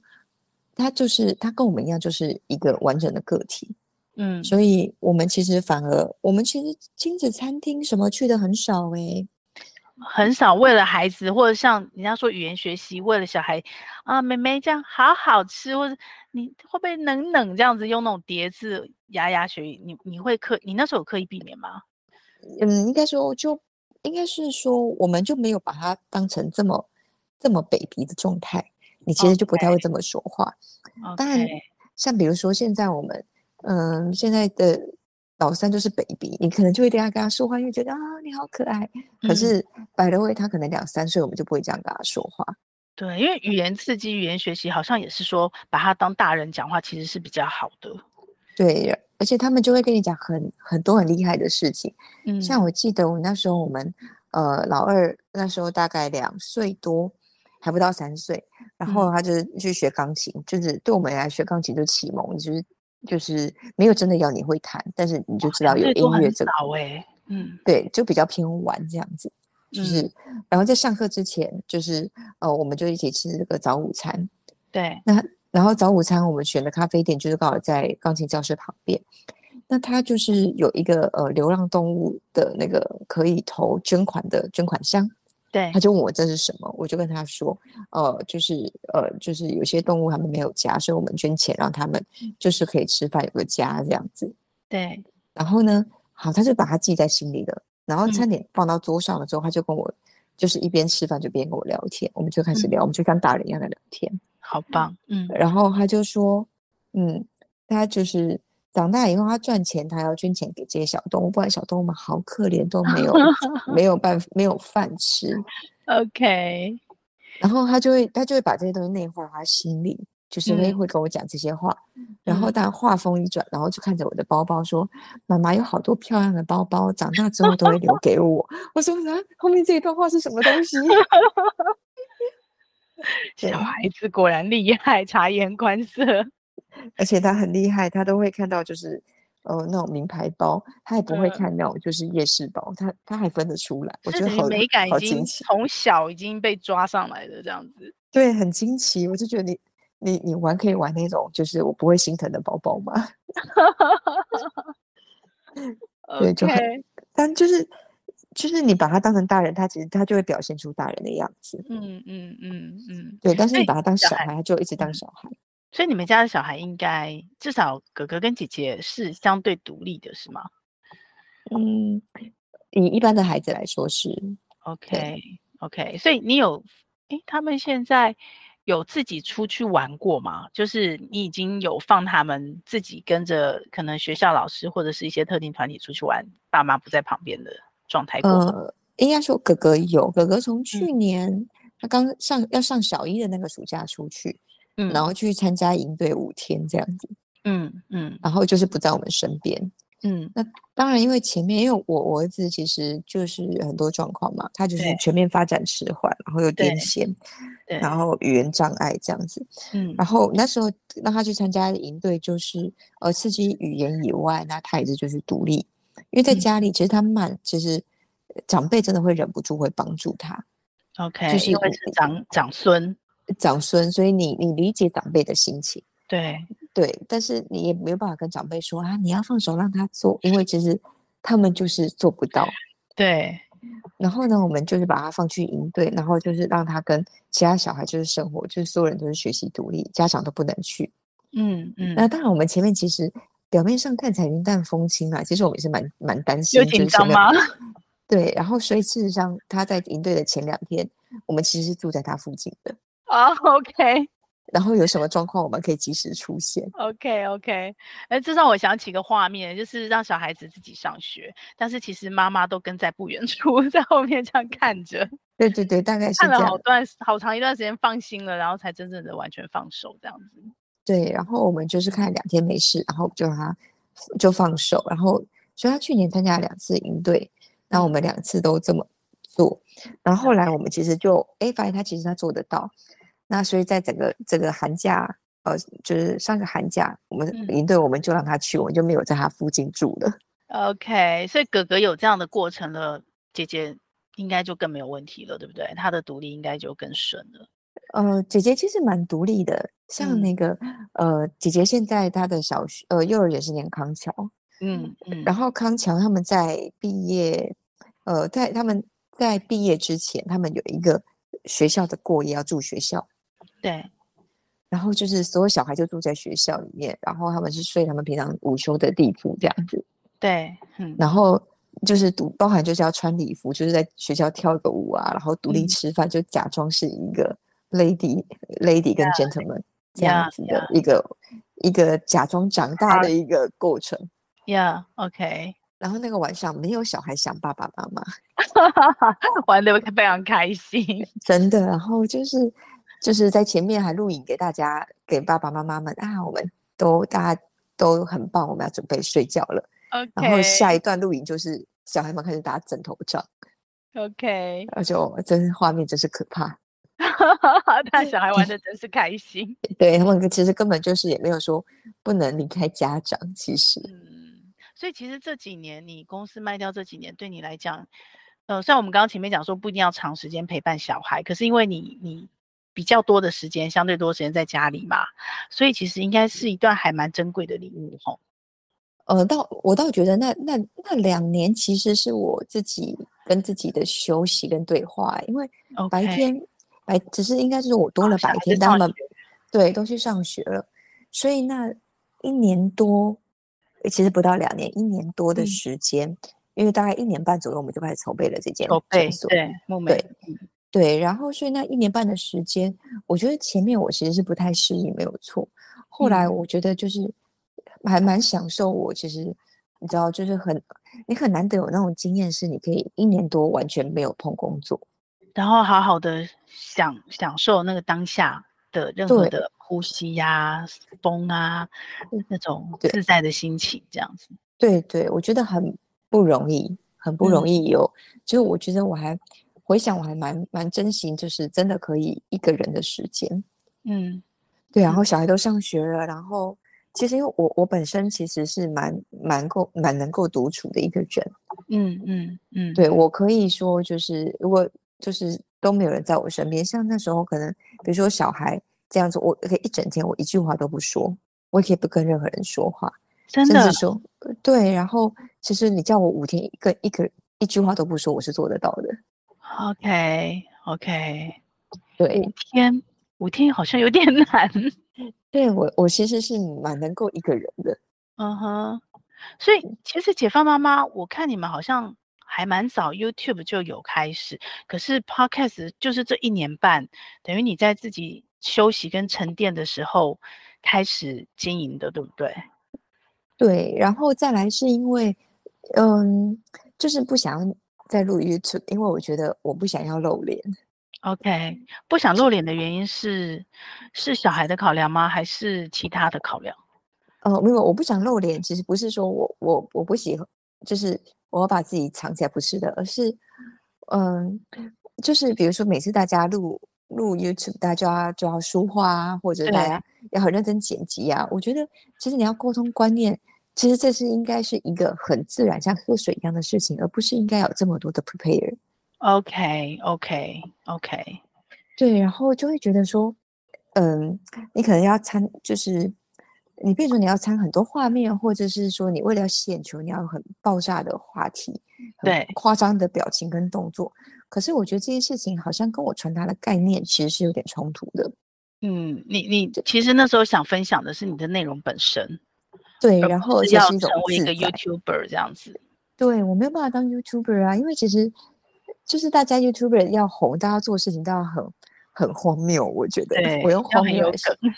Speaker 1: 他就是他跟我们一样，就是一个完整的个体，
Speaker 2: 嗯
Speaker 1: 所以我们其实反而我们其实亲子餐厅什么去的很少欸诶、
Speaker 2: 很少为了孩子，或者像人家说语言学习，为了小孩啊，妹妹这样好好吃，或者你会不会冷冷这样子用那种叠字牙牙学语？你你会刻你那时候有刻意避免吗？
Speaker 1: 嗯，应该说就应该是说，我们就没有把它当成这么这么 baby 的状态，你其实就不太会这么说话。当然
Speaker 2: OK，
Speaker 1: 像比如说现在我们，嗯，现在的老三就是 baby，你可能就会这样跟他说话，因为觉得啊你好可爱。可
Speaker 2: 嗯
Speaker 1: 是百乐味他可能两三岁，我们就不会这样跟他说话。
Speaker 2: 对，因为语言刺激、语言学习，好像也是说把它当大人讲话，其实是比较好的。
Speaker 1: 对，而且他们就会跟你讲很很多很厉害的事情。
Speaker 2: 嗯，
Speaker 1: 像我记得我那时候我们，呃，老二那时候大概两岁多，还不到三岁，然
Speaker 2: 嗯
Speaker 1: 后他就是去学钢琴，就是对我们来学钢琴就启蒙，就是就是没有真的要你会弹，但是你就知道有
Speaker 2: 最多
Speaker 1: 音
Speaker 2: 很
Speaker 1: 乐这个，
Speaker 2: 少哎、嗯
Speaker 1: 对，就比较偏玩这样子。就
Speaker 2: 嗯
Speaker 1: 是，然后在上课之前，就是呃，我们就一起吃这个早午餐。
Speaker 2: 对，
Speaker 1: 那然后早午餐我们选的咖啡店就是刚好在钢琴教室旁边。那它就是有一个呃流浪动物的那个可以投捐款的捐款箱，
Speaker 2: 对
Speaker 1: 他，就问我这是什么，我就跟他说，呃，就是呃就是有些动物他们没有家，所以我们捐钱让他们
Speaker 2: 嗯
Speaker 1: 就是可以吃饭有个家这样子。
Speaker 2: 对，
Speaker 1: 然后呢，好，他就把它记在心里了。然后
Speaker 2: 嗯
Speaker 1: 餐点放到桌上了之后，他就跟我就是一边吃饭就边跟我聊天，我们就开始
Speaker 2: 嗯
Speaker 1: 聊，我们就像大人一样的聊天。
Speaker 2: 好棒。嗯
Speaker 1: 然后他就说，嗯，他就是长大以后他赚钱，他要捐钱给这些小动物，不然小动物们好可怜，都 没有没有办法没有饭吃。
Speaker 2: ，OK，
Speaker 1: 然后他就会他就会把这些东西内化他心里，就是会
Speaker 2: 嗯
Speaker 1: 会跟我讲这些话。然后
Speaker 2: 嗯
Speaker 1: 但话锋一转，然后就看着我的包包说：“妈妈有好多漂亮的包包，长大之后都会留给我。”我说啊，后面这一段话是什么东西？对
Speaker 2: 小孩子果然厉害，察言观色。
Speaker 1: 而且他很厉害，他都会看到就是呃那种名牌包，他也不会
Speaker 2: 嗯
Speaker 1: 看那种就是夜市包，他他还分得出来， 我
Speaker 2: 是
Speaker 1: 觉得
Speaker 2: 你
Speaker 1: 好
Speaker 2: 美感已
Speaker 1: 好惊
Speaker 2: 经
Speaker 1: 奇，
Speaker 2: 从小已经被抓上来的这样子。
Speaker 1: 对，很惊奇，我就觉得你你你玩可以玩那种就是我不会心疼的包包嘛， 对就
Speaker 2: OK，
Speaker 1: 很 但就是就是你把他当成大人，他其实他就会表现出大人的样子，
Speaker 2: 嗯嗯嗯嗯。
Speaker 1: 对，但是
Speaker 2: 所
Speaker 1: 你
Speaker 2: 以
Speaker 1: 把他当
Speaker 2: 小
Speaker 1: 小
Speaker 2: 孩
Speaker 1: 孩，他就一直当
Speaker 2: 嗯
Speaker 1: 小孩，
Speaker 2: 所以你们家的小孩应该至少哥哥跟姐姐是相对独立的，是吗
Speaker 1: 嗯，以一般的孩子来说是，
Speaker 2: ？OK OK，所以你有诶，他们现在有自己出去玩过吗？就是你已经有放他们自己跟着可能学校老师或者是一些特定团体出去玩，爸妈不在旁边的状态过吗？嗯
Speaker 1: 呃，应该说哥哥有，哥哥从去年、他刚上要上小一的那个暑假出去，
Speaker 2: 嗯
Speaker 1: 然后去参加营队五天这样子，
Speaker 2: 嗯嗯
Speaker 1: 然后就是不在我们身边。
Speaker 2: 嗯
Speaker 1: 当然，因为前面因为我我儿子其实就是很多状况嘛，他就是
Speaker 2: 对
Speaker 1: 全面发展迟缓，然后又
Speaker 2: 对
Speaker 1: 癫痫，
Speaker 2: 对，
Speaker 1: 然后语言障碍这样子。
Speaker 2: 嗯
Speaker 1: 然后那时候让他去参加营队，就是呃刺激语言以外，那他也是就是独立，因为在
Speaker 2: 嗯
Speaker 1: 家里其实他慢，其实呃长辈真的会忍不住会帮助他
Speaker 2: OK，
Speaker 1: 就是
Speaker 2: 因为
Speaker 1: 我
Speaker 2: 是长长孙，
Speaker 1: 长孙，所以你你理解长辈的心情，
Speaker 2: 对
Speaker 1: 对，但是你也没有办法跟长辈说啊，你要放手让他做，因为其实他们就是做不到，
Speaker 2: 对
Speaker 1: 然后呢，我们就是把他放去营队，然后就是让他跟其他小孩就是生活，就是所有人都是学习独立，家长都不能去。
Speaker 2: 嗯嗯，
Speaker 1: 那当然，我们前面其实表面上看起来云淡风轻啊，其实我们也是蛮蛮担心，
Speaker 2: 有
Speaker 1: 就是
Speaker 2: 紧
Speaker 1: 前
Speaker 2: 张
Speaker 1: 面
Speaker 2: 吗？
Speaker 1: 对，然后所以事实上他在营队的前两天，我们其实是住在他附近的，
Speaker 2: 啊，OK，OK，OK、
Speaker 1: 然后有什么状况我们可以及时出现。
Speaker 2: o k OK OK，哎，这让我想起一个画面，就是让小孩子自己上学，但是其实妈妈都跟在不远处， 在后面这样看着，
Speaker 1: 对对对，大概嗯是
Speaker 2: 看
Speaker 1: 这
Speaker 2: 了
Speaker 1: 样
Speaker 2: 好。段好长一段时间，放心了，然后才真正的完全放手这样子。
Speaker 1: 对，然后我们就是看两天没事，然后就让他就放手，然后所以他去年参加了两次营队，然后我们两次都这么做，然后后来我们其实就哎发现他其实他做得到，那所以在整个这个寒假呃就是上个寒假我们
Speaker 2: 嗯
Speaker 1: 营队我们就让他去，我们就没有在他附近住了。
Speaker 2: OK，所以哥哥有这样的过程了，姐姐应该就更没有问题了，对不对？她的独立应该就更顺了。
Speaker 1: 呃，姐姐其实蛮独立的，像
Speaker 2: 嗯
Speaker 1: 那个、呃姐姐现在她的小学呃幼儿园是念康桥，
Speaker 2: 嗯嗯，
Speaker 1: 然后康桥他们在毕业，呃，在他们在毕业之前，他们有一个学校的过夜要住学校，
Speaker 2: 对，
Speaker 1: 然后就是所有小孩就住在学校里面，然后他们是睡他们平常午休的地铺这样子，
Speaker 2: 对，嗯，
Speaker 1: 然后就是独包含就是要穿礼服，就是在学校跳个舞啊，然后独立
Speaker 2: 嗯
Speaker 1: 吃饭，就假装是一个 lady lady 跟 gentleman 这样
Speaker 2: yeah，啊
Speaker 1: 子的一个一个假装长大的一个过程。
Speaker 2: Yeah，OK，
Speaker 1: 然后那个晚上没有小孩想爸爸妈妈，
Speaker 2: 玩的非常开心。
Speaker 1: 真的，然后就是就是在前面还录影给大家，给爸爸妈妈们啊，我们都大家都很棒，我们要准备睡觉了。然后
Speaker 2: OK，
Speaker 1: 下一段录影就是小孩们开始打枕头仗，
Speaker 2: OK，
Speaker 1: 而且我真是画面真是可怕。
Speaker 2: 那小孩玩的真是开心。
Speaker 1: 对他们其实根本就是也没有说不能离开家长，其实
Speaker 2: 嗯，所以其实这几年你公司卖掉这几年，对你来讲，呃，虽然我们刚刚前面讲说不一定要长时间陪伴小孩，可是因为你你比较多的时间，相对多时间在家里嘛，所以其实应该是一段还蛮珍贵的礼物吼。
Speaker 1: 呃，倒我倒觉得那那那两年其实是我自己跟自己的休息跟对话，欸因为
Speaker 2: OK，哦
Speaker 1: 白天白只是应该是我多了
Speaker 2: 小
Speaker 1: 白
Speaker 2: 孩
Speaker 1: 天，
Speaker 2: 子
Speaker 1: 但他
Speaker 2: 上
Speaker 1: 们
Speaker 2: 学
Speaker 1: 对，都去上学了，所以那一年多，呃其实不到两年，一年多的
Speaker 2: 嗯
Speaker 1: 时间，因为大概一年半左右，我们就开始筹备了这间
Speaker 2: 筹备
Speaker 1: 诊所。
Speaker 2: 对木美，嗯
Speaker 1: 对，然后所以那一年半的时间，我觉得前面我其实是不太适应，没有错。后来
Speaker 2: 嗯
Speaker 1: 我觉得就是还蛮享受我，其实你知道，就是很你很难得有那种经验，是你可以一年多完全没有碰工作。
Speaker 2: 然后好好的享享受那个当下的任何
Speaker 1: 对
Speaker 2: 的呼吸呀、风啊，那种
Speaker 1: 对
Speaker 2: 自在的心情这样子。
Speaker 1: 对对，我觉得很不容易，很不容
Speaker 2: 嗯
Speaker 1: 易有。就是我觉得我还回想，我还蛮蛮珍惜，就是真的可以一个人的时间。
Speaker 2: 嗯
Speaker 1: 对，然
Speaker 2: 嗯
Speaker 1: 后小孩都上学了，然后其实因为我我本身其实是蛮蛮够蛮能够独处的一个人。
Speaker 2: 嗯嗯嗯，
Speaker 1: 对，我可以说就是如果就是都没有人在我身边，像那时候可能比如说小孩这样子，我可以一整天我一句话都不说，我也可以不跟任何人说话。
Speaker 2: 真
Speaker 1: 甚
Speaker 2: 的
Speaker 1: 至说呃对，然后其实你叫我五天一个一个一句话都不说，我是做得到的。
Speaker 2: OK OK，嗯
Speaker 1: 对，
Speaker 2: 天，五天好像有点 难。
Speaker 1: 对我我其实是蛮能够一个人的。
Speaker 2: 嗯哼，所以其实解放妈妈，我看你们好像还蛮早，YouTube 就有开始，可是 Podcast 就是这一年半，等于你在自己休息跟沉淀的时候开始经营的，对不对？
Speaker 1: 对，然后再来是因为，嗯，就是不想再录 YouTube，因为我觉得我不想要露脸。
Speaker 2: OK，不想露脸的原因是是小孩的考量吗？还是其他的考量？
Speaker 1: 呃，没有，我不想露脸，其实不是说我我我不喜欢，就是我要把自己藏起来，不是的，而是，嗯，就是比如说每次大家录录 YouTube，大家就要就要说话啊，或者大
Speaker 2: 对
Speaker 1: 家要很认真剪辑啊。我觉得其实你要沟通观念，其实这是应该是一个很自然，像喝水一样的事情，而不是应该有这么多的 prepare。
Speaker 2: OK OK OK，
Speaker 1: 对，然后就会觉得说，嗯，你可能要参，就是你比如说你要掺很多画面，或者是说你为了显球，你要有很爆炸的话题，很
Speaker 2: 对
Speaker 1: 夸张的表情跟动作。可是我觉得这些事情好像跟我传达的概念其实是有点冲突的。
Speaker 2: 嗯，你你其实那时候想分享的是你的内容本身，
Speaker 1: 对，
Speaker 2: 而
Speaker 1: 然
Speaker 2: 不
Speaker 1: 后而
Speaker 2: 是
Speaker 1: 且
Speaker 2: 要
Speaker 1: 是一
Speaker 2: 成
Speaker 1: 种
Speaker 2: 为一
Speaker 1: 自
Speaker 2: 个
Speaker 1: 在。
Speaker 2: YouTuber 这样子。
Speaker 1: 对我没有办法当 YouTuber 啊，因为其实就是大家 YouTuber 要红，大家做事情都要很很荒谬。我觉得
Speaker 2: 对，
Speaker 1: 我用
Speaker 2: 要
Speaker 1: 荒
Speaker 2: 很
Speaker 1: 谬
Speaker 2: 有
Speaker 1: 来形
Speaker 2: 梗。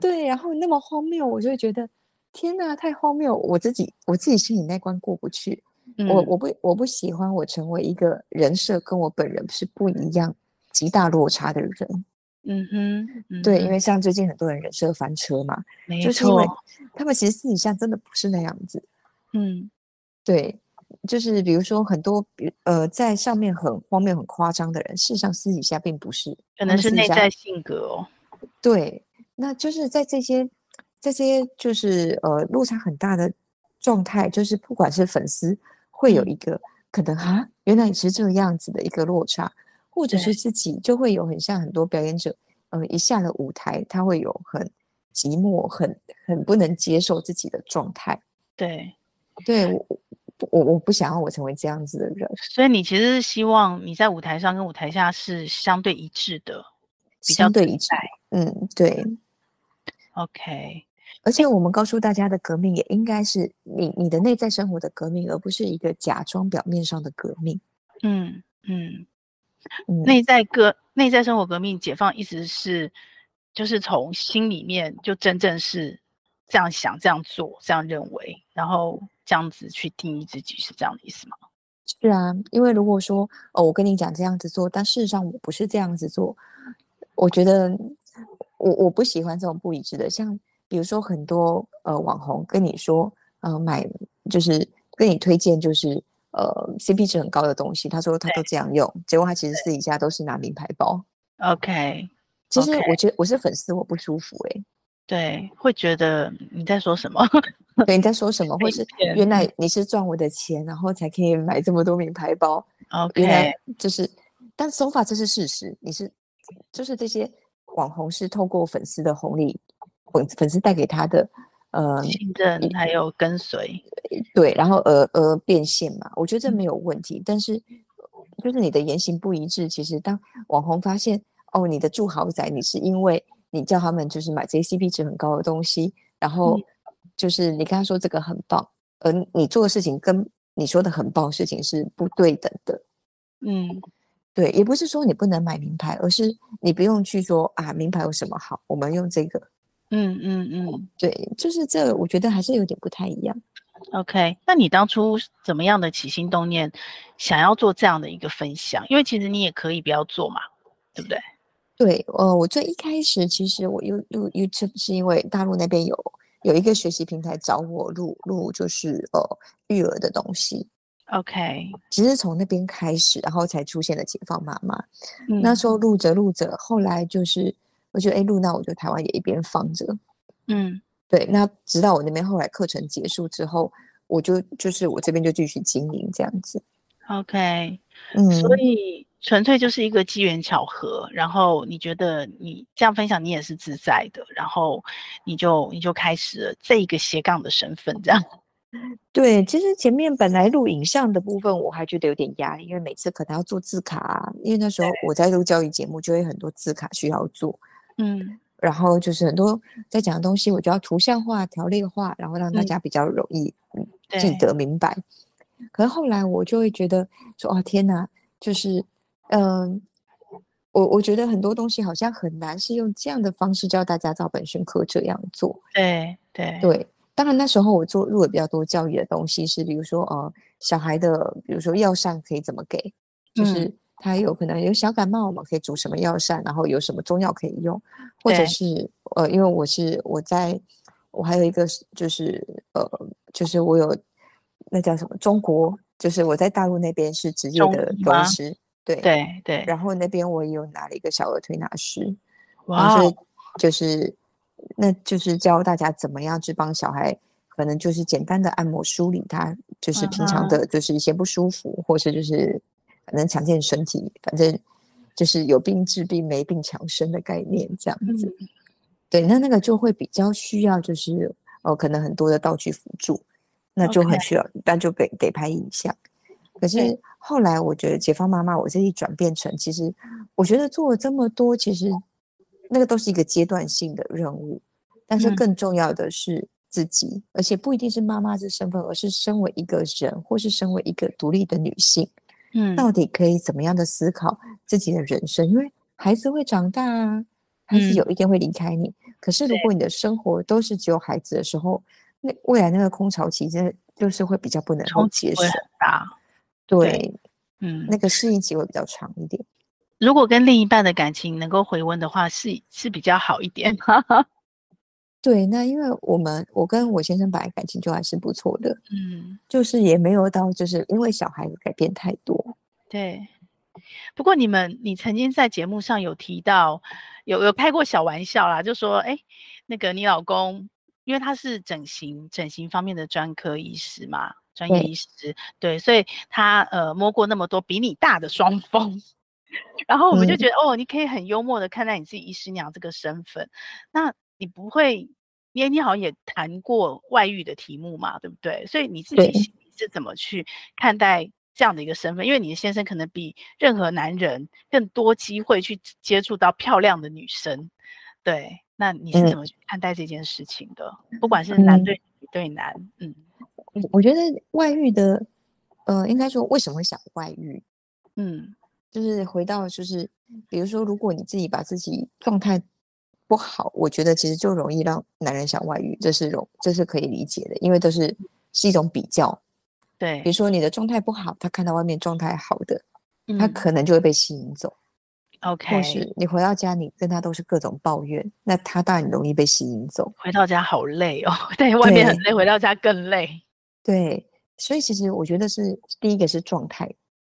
Speaker 1: 对，然后那么荒谬，我就会觉得天呐，太荒谬！我自己我自己心里那关过不去，我
Speaker 2: 嗯，
Speaker 1: 我不我不喜欢我成为一个人设跟我本人是不一样、极大落差的人。
Speaker 2: 嗯哼，嗯
Speaker 1: 对，因
Speaker 2: 哼
Speaker 1: 为像最近很多人人设翻车嘛，
Speaker 2: 没
Speaker 1: 就是因为
Speaker 2: 错，
Speaker 1: 他们其实私底下真的不是那样子。
Speaker 2: 嗯
Speaker 1: 对，就是比如说很多，比呃，在上面很荒谬、很夸张的人，事实上私底下并不是，
Speaker 2: 可
Speaker 1: 他
Speaker 2: 能
Speaker 1: 们
Speaker 2: 是
Speaker 1: 私底
Speaker 2: 内
Speaker 1: 下
Speaker 2: 在性格哦。
Speaker 1: 对，那就是在这些，在这些就是呃落差很大的状态，就是不管是粉丝会有
Speaker 2: 嗯
Speaker 1: 一个可能啊，原来你是这样子的一个落差，或者
Speaker 2: 对
Speaker 1: 是自己就会有很像很多表演者，呃，一下了舞台，他会有很寂寞、很很不能接受自己的状态。
Speaker 2: 对，
Speaker 1: 对我，我我我不想要我成为这样子的人，
Speaker 2: 所以你其实是希望你在舞台上跟舞台下是相对一致的。比较
Speaker 1: 相对
Speaker 2: 自
Speaker 1: 一致
Speaker 2: 在。
Speaker 1: 嗯，对，
Speaker 2: OK，
Speaker 1: 而且我们告诉大家的革命，也应该是你你的内在生活的革命，而不是一个假装表面上的革命。
Speaker 2: 嗯嗯，
Speaker 1: 嗯，
Speaker 2: 内在革内在生活革命解放一直是，就是从心里面就真正是这样想、这样做、这样认为，然后这样子去定义自己，是这样的意思吗？
Speaker 1: 是啊，因为如果说哦，我跟你讲这样子做，但事实上我不是这样子做，我觉得我我不喜欢这种不一致的。像比如说很多呃网红跟你说，呃买就是跟你推荐就是呃 CP 值很高的东西，他说他都这样用，结果他其实私底下都是拿名牌包。
Speaker 2: OK，
Speaker 1: 其实
Speaker 2: OK
Speaker 1: 我觉得我是粉丝，我不舒服哎、
Speaker 2: 对，会觉得你在说什么？
Speaker 1: 对，你在说什么？或
Speaker 2: 被
Speaker 1: 是
Speaker 2: 骗
Speaker 1: 原来你是赚我的钱，然后才可以买这么多名牌包。原来
Speaker 2: OK，
Speaker 1: 就是，但手法这是事实。你是，就是这些网红是透过粉丝的红利，粉粉丝带给他的，呃，
Speaker 2: 信任还有跟随，
Speaker 1: 对，然后而而变现嘛。我觉得这没有问题，但是就是你的言行不一致。其实当网红发现哦，你的住豪宅，你是因为你叫他们就是买这些 CP 值很高的东西，然后
Speaker 2: 嗯
Speaker 1: 就是你跟他说这个很棒，而你做的事情跟你说的很棒的事情是不对等的。
Speaker 2: 嗯，
Speaker 1: 对，也不是说你不能买名牌，而是你不用去说啊，名牌有什么好，我们用这个。
Speaker 2: 嗯嗯嗯
Speaker 1: 对，就是这，我觉得还是有点不太一样。
Speaker 2: ，OK。那你当初是怎么样的起心动念，想要做这样的一个分享？因为其实你也可以不要做嘛，对不对？
Speaker 1: 对，呃，我最一开始其实我又录 YouTube 是因为大陆那边有有一个学习平台找我录录，就是呃育儿的东西，
Speaker 2: OK，
Speaker 1: 其实从那边开始，然后才出现了解放妈妈。那
Speaker 2: 嗯
Speaker 1: 时候录着录着，后来就是我觉得哎录，那我就台湾也一边放着。
Speaker 2: 嗯
Speaker 1: 对，那直到我那边后来课程结束之后，我就就是我这边就继续经营这样子。
Speaker 2: ，OK。
Speaker 1: 嗯，
Speaker 2: 所以纯粹就是一个机缘巧合，然后你觉得你这样分享你也是自在的，然后你就你就开始了这一个斜杠的身份，这样。
Speaker 1: 对，其实前面本来录影像的部分，我还觉得有点压力，因为每次可能要做字卡啊，因为那时候我在录教育节目，就会很多字卡需要做，
Speaker 2: 嗯
Speaker 1: 然后就是很多在讲的东西，我就要图像化、条列化，然后让大
Speaker 2: 嗯
Speaker 1: 家比较容易嗯记
Speaker 2: 对
Speaker 1: 得明白。可是后来我就会觉得说，哦天哪，就是嗯、我我觉得很多东西好像很难是用这样的方式教大家照本宣科这样做，
Speaker 2: 对对
Speaker 1: 对，当然那时候我做入了比较多教育的东西是，比如说呃，小孩的，比如说药膳可以怎么给，就
Speaker 2: 嗯
Speaker 1: 是他有可能有小感冒，我们可以煮什么药膳，然后有什么中药可以用，或者
Speaker 2: 对
Speaker 1: 是呃，因为我是我在，我还有一个是就是呃，就是我有那叫什么中国，就是我在大陆那边是职业
Speaker 2: 中
Speaker 1: 的
Speaker 2: 医
Speaker 1: 中医
Speaker 2: 吗
Speaker 1: 师，对，
Speaker 2: 对对，
Speaker 1: 然后那边我也有拿了一个小儿推拿师。然
Speaker 2: 哇
Speaker 1: 后所
Speaker 2: 哦
Speaker 1: 以就是那就是教大家怎么样去帮小孩，可能就是简单的按摩梳理他，就是平常
Speaker 2: 嗯
Speaker 1: 的就是一些不舒服，或是就是可能强健身体，反正就是有病治病，没病强身的概念这样
Speaker 2: 嗯
Speaker 1: 子。对，那那个就会比较需要，就是哦，可能很多的道具辅助，那就很需要，那就得得拍影像。可是
Speaker 2: 对
Speaker 1: 后来我觉得解放妈妈，我这一转变成，其实我觉得做了这么多，其实那个都是一个阶段性的任务，但是
Speaker 2: 嗯
Speaker 1: 更重要的是自己，而且不一定是妈妈这身份，而是身为一个人，或是身为一个独立的女性，
Speaker 2: 嗯
Speaker 1: 到底可以怎么样的思考自己的人生？因为孩子会长大啊，孩子
Speaker 2: 嗯
Speaker 1: 有一天会离开你。可是如
Speaker 2: 对
Speaker 1: 果你的生活都是只有孩子的时候，那未来那个空巢期真的就是会比较不能够
Speaker 2: 冲击
Speaker 1: 接受
Speaker 2: 会。很大。对
Speaker 1: 对，
Speaker 2: 嗯，
Speaker 1: 那个适应期会比较长一点。
Speaker 2: 如果跟另一半的感情能够回温的话，是是比较好一点。
Speaker 1: 对，那因为我们我跟我先生本来感情就还是不错的，
Speaker 2: 嗯，
Speaker 1: 就是也没有到就是因为小孩子改变太多。
Speaker 2: 对。不过你们，你曾经在节目上有提到，有有开过小玩笑啦，就说，哎，那个你老公，因为他是整形整形方面的专科医师嘛，专业
Speaker 1: 对
Speaker 2: 医师，对，所以他呃摸过那么多比你大的双峰， 然后我们就
Speaker 1: 嗯
Speaker 2: 觉得，哦，你可以很幽默的看待你自己医师娘这个身份，那你不会，因为你好像也谈过外遇的题目嘛，对不对？所以你自己
Speaker 1: 对
Speaker 2: 心里是怎么去看待这样的一个身份？因为你的先生可能比任何男人更多机会去接触到漂亮的女生，对？那你是
Speaker 1: 嗯
Speaker 2: 怎么去看待这件事情的？不管是男
Speaker 1: 嗯
Speaker 2: 对女对男，嗯
Speaker 1: 我我觉得外遇的，呃，应该说为什么会想外遇，
Speaker 2: 嗯
Speaker 1: 就是回到就是，比如说，如果你自己把自己状态不好，我觉得其实就容易让男人想外遇，这是容这是可以理解的，因为这是是一种比较。
Speaker 2: 对
Speaker 1: 比如，说你的状态不好，他看到外面状态好的，他
Speaker 2: 嗯
Speaker 1: 可能就会被吸引走，
Speaker 2: ，OK，
Speaker 1: 或是你回到家，你跟他都是各种抱怨，那他当然容易被吸引走。
Speaker 2: 回到家好累哦， 在外面很
Speaker 1: 对
Speaker 2: 累，回到家更累，
Speaker 1: 对，所以其实我觉得是第一个是状态，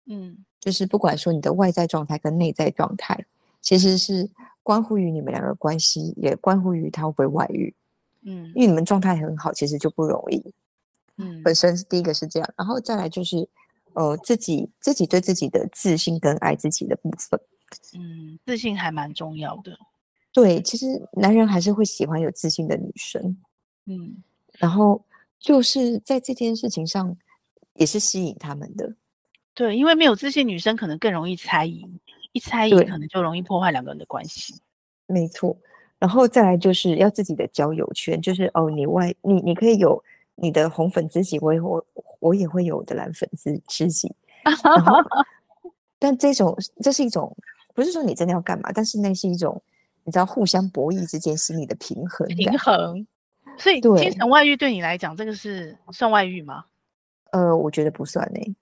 Speaker 2: 嗯
Speaker 1: 就是不管说你的外在状态跟内在状态，其实是关乎于你们两个关系，也关乎于他会不会外遇。
Speaker 2: 嗯
Speaker 1: 因为你们状态很好，其实就不容易。
Speaker 2: 嗯
Speaker 1: 本身是第一个是这样，然后再来就是，呃，自己自己对自己的自信跟爱自己的部分。
Speaker 2: 嗯，自信还蛮重要的，
Speaker 1: 对，其实男人还是会喜欢有自信的女生，
Speaker 2: 嗯。
Speaker 1: 然后就是在这件事情上也是吸引他们的。
Speaker 2: 对，因为没有自信，女生可能更容易猜疑，一猜疑
Speaker 1: 对
Speaker 2: 可能就容易破坏两个人的关系。
Speaker 1: 没错，然后再来就是要自己的交友圈，就是哦，你外你你可以有你的红粉知己，我也我我也会有我的蓝粉知知己，然后但这种这是一种不是说你真的要干嘛，但是那是一种你知道互相博弈之间心理的平衡感
Speaker 2: 平。衡。所以，精
Speaker 1: 对
Speaker 2: 神外遇对你来讲，这个是算外遇吗？
Speaker 1: 呃，我觉得不算呢、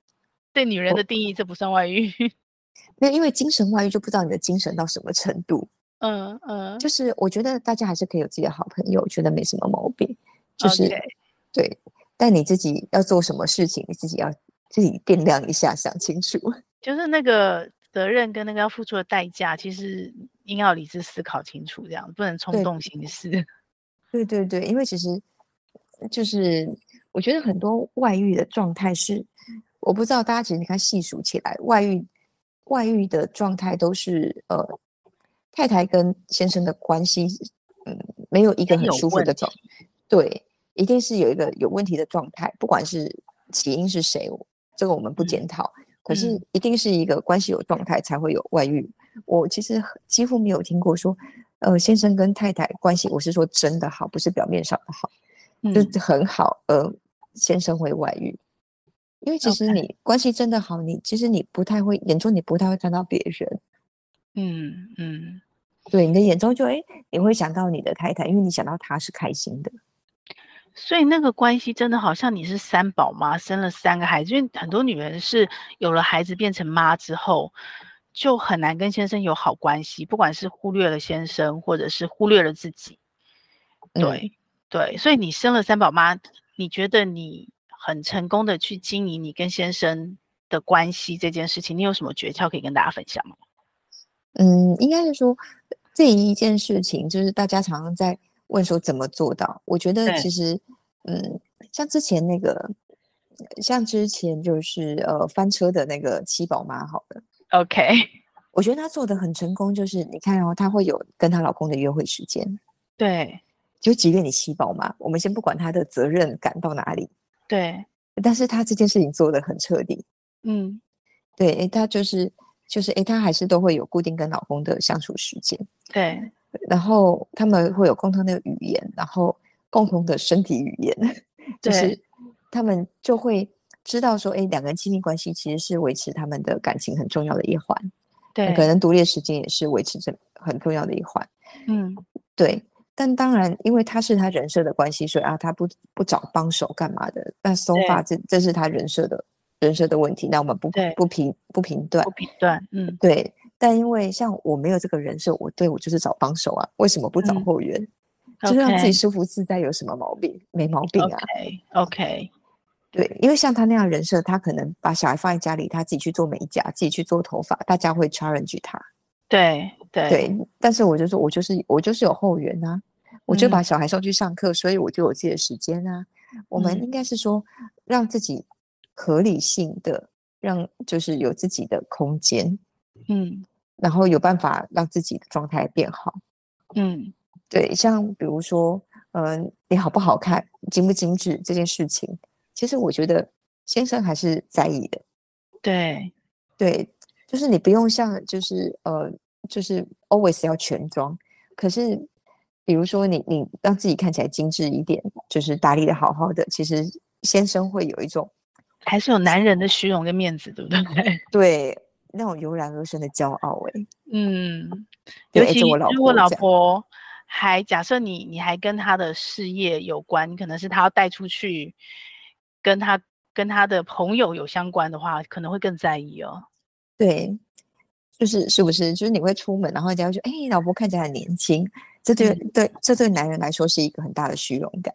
Speaker 2: 对女人
Speaker 1: 我
Speaker 2: 的定义，这不算外遇。
Speaker 1: 没有，因为精神外遇就不知道你的精神到什么程度。
Speaker 2: 嗯嗯，
Speaker 1: 就是我觉得大家还是可以有自己的好朋友，觉得没什么毛病。就是
Speaker 2: OK，
Speaker 1: 对，但你自己要做什么事情，你自己要自己掂量一下，想清楚。
Speaker 2: 就是那个责任跟那个要付出的代价，其实应该要理智思考清楚，这样不能冲
Speaker 1: 对
Speaker 2: 动行事。
Speaker 1: 对对对，因为其实就是我觉得很多外遇的状态是，我不知道大家其实你看细数起来，外遇外遇的状态都是呃，太太跟先生的关系，嗯，没有一个
Speaker 2: 先
Speaker 1: 很
Speaker 2: 有
Speaker 1: 舒服
Speaker 2: 问
Speaker 1: 的状，对，一定是有一个有问题的状态，不管是起因是谁，这个我们不
Speaker 2: 嗯
Speaker 1: 检讨，可是
Speaker 2: 嗯
Speaker 1: 一定是一个关系有状态才会有外遇。我其实很几乎没有听过说，呃，先生跟太太关系，我是说真的好，不是表面上的好，
Speaker 2: 嗯
Speaker 1: 就是很好，呃，先生会外遇。因为其实
Speaker 2: OK
Speaker 1: 你关系真的好，你其实你不太会，眼中你不太会看到别人，
Speaker 2: 嗯嗯，
Speaker 1: 对你的眼中就哎，你会想到你的太太，因为你想到她是开心的，
Speaker 2: 所以那个关系真的好像你是三宝妈，生了三个孩子，因为很多女人是有了孩子变成妈之后，就很难跟先生有好关系，不管是忽略了先生，或者是忽略了自己。
Speaker 1: 嗯
Speaker 2: 对、对，所以你生了三宝妈，你觉得你很成功的去经营你跟先生的关系这件事情，你有什么诀窍可以跟大家分享吗？
Speaker 1: 嗯，应该是说这一件事情，就是大家常常在问说怎么做到。我觉得
Speaker 2: 对
Speaker 1: 其实，嗯，像之前那个，像之前就是呃翻车的那个七宝妈，好了，
Speaker 2: ？OK，
Speaker 1: 我觉得她做的很成功，就是你看哦，她会有跟她老公的约会时间，
Speaker 2: 对
Speaker 1: 就即便你吸饱嘛，我们先不管他的责任感到哪里，
Speaker 2: 对，
Speaker 1: 但是他这件事情做得很彻底。
Speaker 2: 嗯
Speaker 1: 对，诶，他就是就是诶，他还是都会有固定跟老公的相处时间，
Speaker 2: 对
Speaker 1: 然后他们会有共同的语言，然后共同的身体语言， 就
Speaker 2: 对
Speaker 1: 是他们就会知道说，诶，两个人亲密关系其实是维持他们的感情很重要的一环，呃
Speaker 2: 对，
Speaker 1: 可能独立的时间也是维持这很重要的一环。
Speaker 2: 嗯
Speaker 1: 对，但当然，因为他是他人设的关系，所以啊，他不不找帮手干嘛的？那 so
Speaker 2: 对
Speaker 1: far 这这是他人设的人设的问题，那我们不
Speaker 2: 对
Speaker 1: 不评不评断
Speaker 2: 不。评断，嗯
Speaker 1: 对，但因为像我没有这个人设，我对我就是找帮手啊，为什么不找
Speaker 2: 嗯
Speaker 1: 后援？就
Speaker 2: ，OK
Speaker 1: 让自己舒服自在，有什么毛病？没毛病啊。
Speaker 2: OK OK，
Speaker 1: 对，因为像他那样的人设，他可能把小孩放在家里，他自己去做美甲，自己去做头发，大家会 challenge 他。
Speaker 2: 对对
Speaker 1: 对，但是我就说，我就是我就是有后援啊，我就把
Speaker 2: 嗯
Speaker 1: 小孩送去上课，所以我就有自己的时间啊。我们
Speaker 2: 嗯
Speaker 1: 应该是说，让自己合理性的，让就是有自己的空间，
Speaker 2: 嗯
Speaker 1: 然后有办法让自己的状态变好。
Speaker 2: 嗯
Speaker 1: 对，像比如说，嗯、你好不好看，精不精致这件事情，其实我觉得先生还是在意的。
Speaker 2: 对
Speaker 1: 对，就是你不用像就是呃，就是 always 要全装，可是比如说你你让自己看起来精致一点，就是打理的好好的，其实先生会有一种
Speaker 2: 还是有男人的虚荣跟面子，对不对？
Speaker 1: 对那种油然而生的骄傲哎、
Speaker 2: 嗯，
Speaker 1: 对
Speaker 2: 尤
Speaker 1: 诶
Speaker 2: 其
Speaker 1: 这哎我老
Speaker 2: 如果
Speaker 1: 婆
Speaker 2: 老
Speaker 1: 讲
Speaker 2: 婆还假设你你还跟他的事业有关，可能是他要带出去，跟他跟他的朋友有相关的话，可能会更在意哦。
Speaker 1: 对，就是是不是就是你会出门，然后人家会说哎，老婆看起来很年轻，这对、对这对男人来说是一个很大的虚荣感。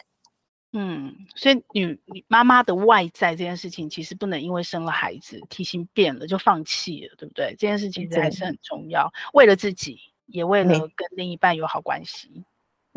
Speaker 2: 嗯，所以女你妈妈的外在这件事情，其实不能因为生了孩子体型变了就放弃了，对不对？这件事情其实还
Speaker 1: 对
Speaker 2: 是很重要，为了自己，也为
Speaker 1: 没
Speaker 2: 了跟另一半有好关系。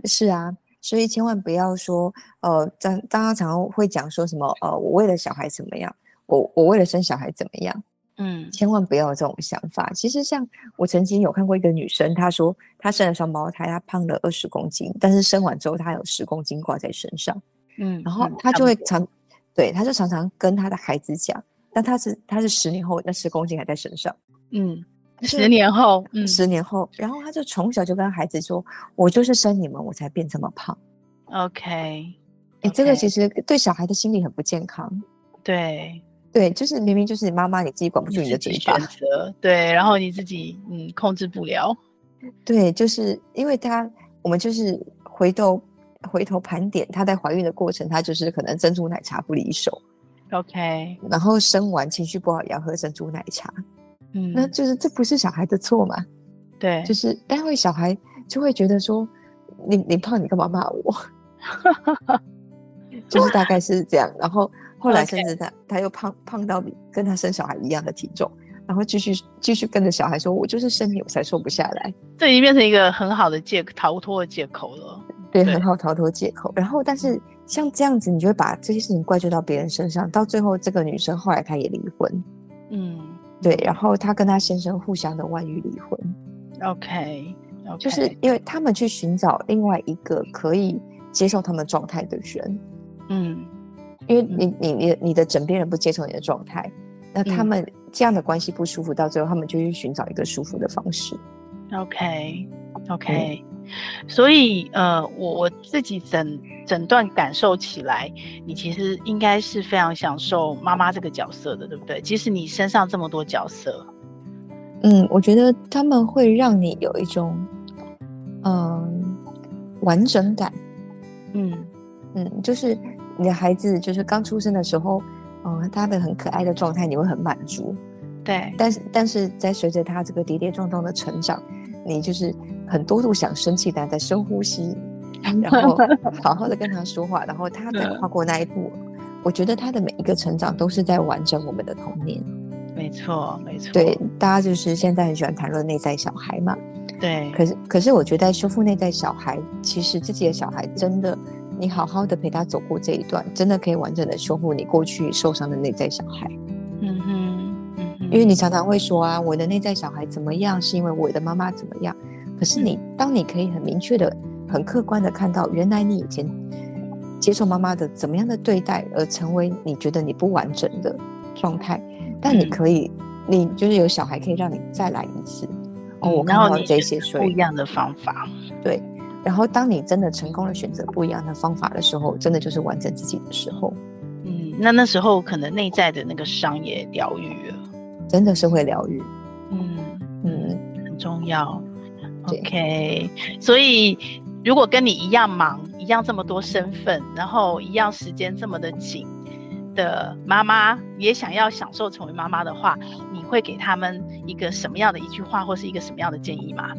Speaker 1: 是啊，所以千万不要说，呃，当大家常常会讲说什么，呃，我为了小孩怎么样，我我为了生小孩怎么样，
Speaker 2: 嗯
Speaker 1: 千万不要有这种想法。其实像我曾经有看过一个女生，她说她生了双胞胎，她胖了二十公斤，但是生完之后她有十公斤挂在身上，
Speaker 2: 嗯，
Speaker 1: 然后
Speaker 2: 嗯
Speaker 1: 她
Speaker 2: 差
Speaker 1: 就
Speaker 2: 不
Speaker 1: 会
Speaker 2: 多
Speaker 1: 常，对，她就常常跟她的孩子讲，但她是她是十年后那十公斤还在身上。
Speaker 2: 嗯，
Speaker 1: 就
Speaker 2: 十年后，嗯，
Speaker 1: 十年后，然后她就从小就跟孩子说：“我就是生你们，我才变这么胖。”
Speaker 2: OK，
Speaker 1: 哎、这个
Speaker 2: OK
Speaker 1: 其实对小孩的心理很不健康。
Speaker 2: 对，
Speaker 1: 对，就是明明就是你妈妈，你自己管不住你的啊
Speaker 2: 自己
Speaker 1: 嘴
Speaker 2: 选
Speaker 1: 巴。
Speaker 2: 择，对，然后你自己嗯控制不了，
Speaker 1: 对，就是因为她，我们就是回头回头盘点，她在怀孕的过程，她就是可能珍珠奶茶不离手，
Speaker 2: OK，
Speaker 1: 然后生完情绪不好也要喝珍珠奶茶，
Speaker 2: 嗯，
Speaker 1: 那就是这不是小孩的错嘛？
Speaker 2: 对
Speaker 1: 就，是待会小孩就会觉得说，你你胖，你干嘛骂我？ 就是大概是这样，然后后来
Speaker 2: OK
Speaker 1: 甚至他他又胖胖到比跟他生小孩一样的体重，然后继续继续跟着小孩说，我就是生你我才瘦不下来，
Speaker 2: 这已经变成一个很好的借逃脱的借口了。
Speaker 1: 对，
Speaker 2: 对
Speaker 1: 很好逃脱借口。然后但是像这样子，你就会把这些事情怪罪到别人身上，到最后这个女生后来她也离婚，
Speaker 2: 嗯
Speaker 1: 对，然后她跟她先生互相的外遇离婚，
Speaker 2: ，OK，
Speaker 1: 就是因为他们去寻找另外一个可以接受他们状态的人，
Speaker 2: 嗯
Speaker 1: 因为你你你你的枕边人不接受你的状态，那他
Speaker 2: 嗯
Speaker 1: 们这样的关系不舒服，到最后他们就去寻找一个舒服的方式。
Speaker 2: ，OK
Speaker 1: 嗯
Speaker 2: OK，所以呃，我我自己整整段感受起来，你其实应该是非常享受妈妈这个角色的，对不对？即使你身上这么多角色，
Speaker 1: 嗯，我觉得他们会让你有一种嗯、完整感。
Speaker 2: 嗯
Speaker 1: 嗯，就是你的孩子就是刚出生的时候，嗯、他的很可爱的状态你会很满足，
Speaker 2: 对，
Speaker 1: 但是但是在随着他这个跌跌撞撞的成长，你就是很多度想生气，但在深呼吸，然后好好的跟他说话，然后他再
Speaker 2: 嗯
Speaker 1: 跨过那一步。我觉得他的每一个成长都是在完整我们的童年。
Speaker 2: 没错没错，
Speaker 1: 对，大家就是现在很喜欢谈论内在小孩嘛，
Speaker 2: 对，
Speaker 1: 可是可是我觉得在修复内在小孩，其实自己的小孩真的，你好好的陪他走过这一段，真的可以完整的修复你过去受伤的内在小孩。
Speaker 2: 嗯哼，嗯哼，
Speaker 1: 因为你常常会说啊，
Speaker 2: 嗯
Speaker 1: 我的内在小孩怎么样，是因为我的妈妈怎么样。可是你，当你可以很明确的很客观的看到，原来你以前接受妈妈的怎么样的对待，而成为你觉得你不完整的状态。但你
Speaker 2: 嗯
Speaker 1: 可以，你就是有小孩可以让你再来一次。哦，我
Speaker 2: 嗯
Speaker 1: 看
Speaker 2: 然后
Speaker 1: 到
Speaker 2: 你
Speaker 1: 这
Speaker 2: 选
Speaker 1: 些，
Speaker 2: 择
Speaker 1: 所
Speaker 2: 不
Speaker 1: 以
Speaker 2: 一样的方法。
Speaker 1: 对，然后当你真的成功的选择不一样的方法的时候，真的就是完整自己的时候，
Speaker 2: 嗯，那那时候可能内在的那个伤也疗愈了。
Speaker 1: 真的是会疗愈。
Speaker 2: 嗯嗯，
Speaker 1: 嗯，
Speaker 2: 很重要。
Speaker 1: 对
Speaker 2: OK，所以如果跟你一样忙，一样这么多身份，然后一样时间这么的紧的妈妈，也想要享受成为妈妈的话，你会给他们一个什么样的一句话，或是一个什么样的建议吗？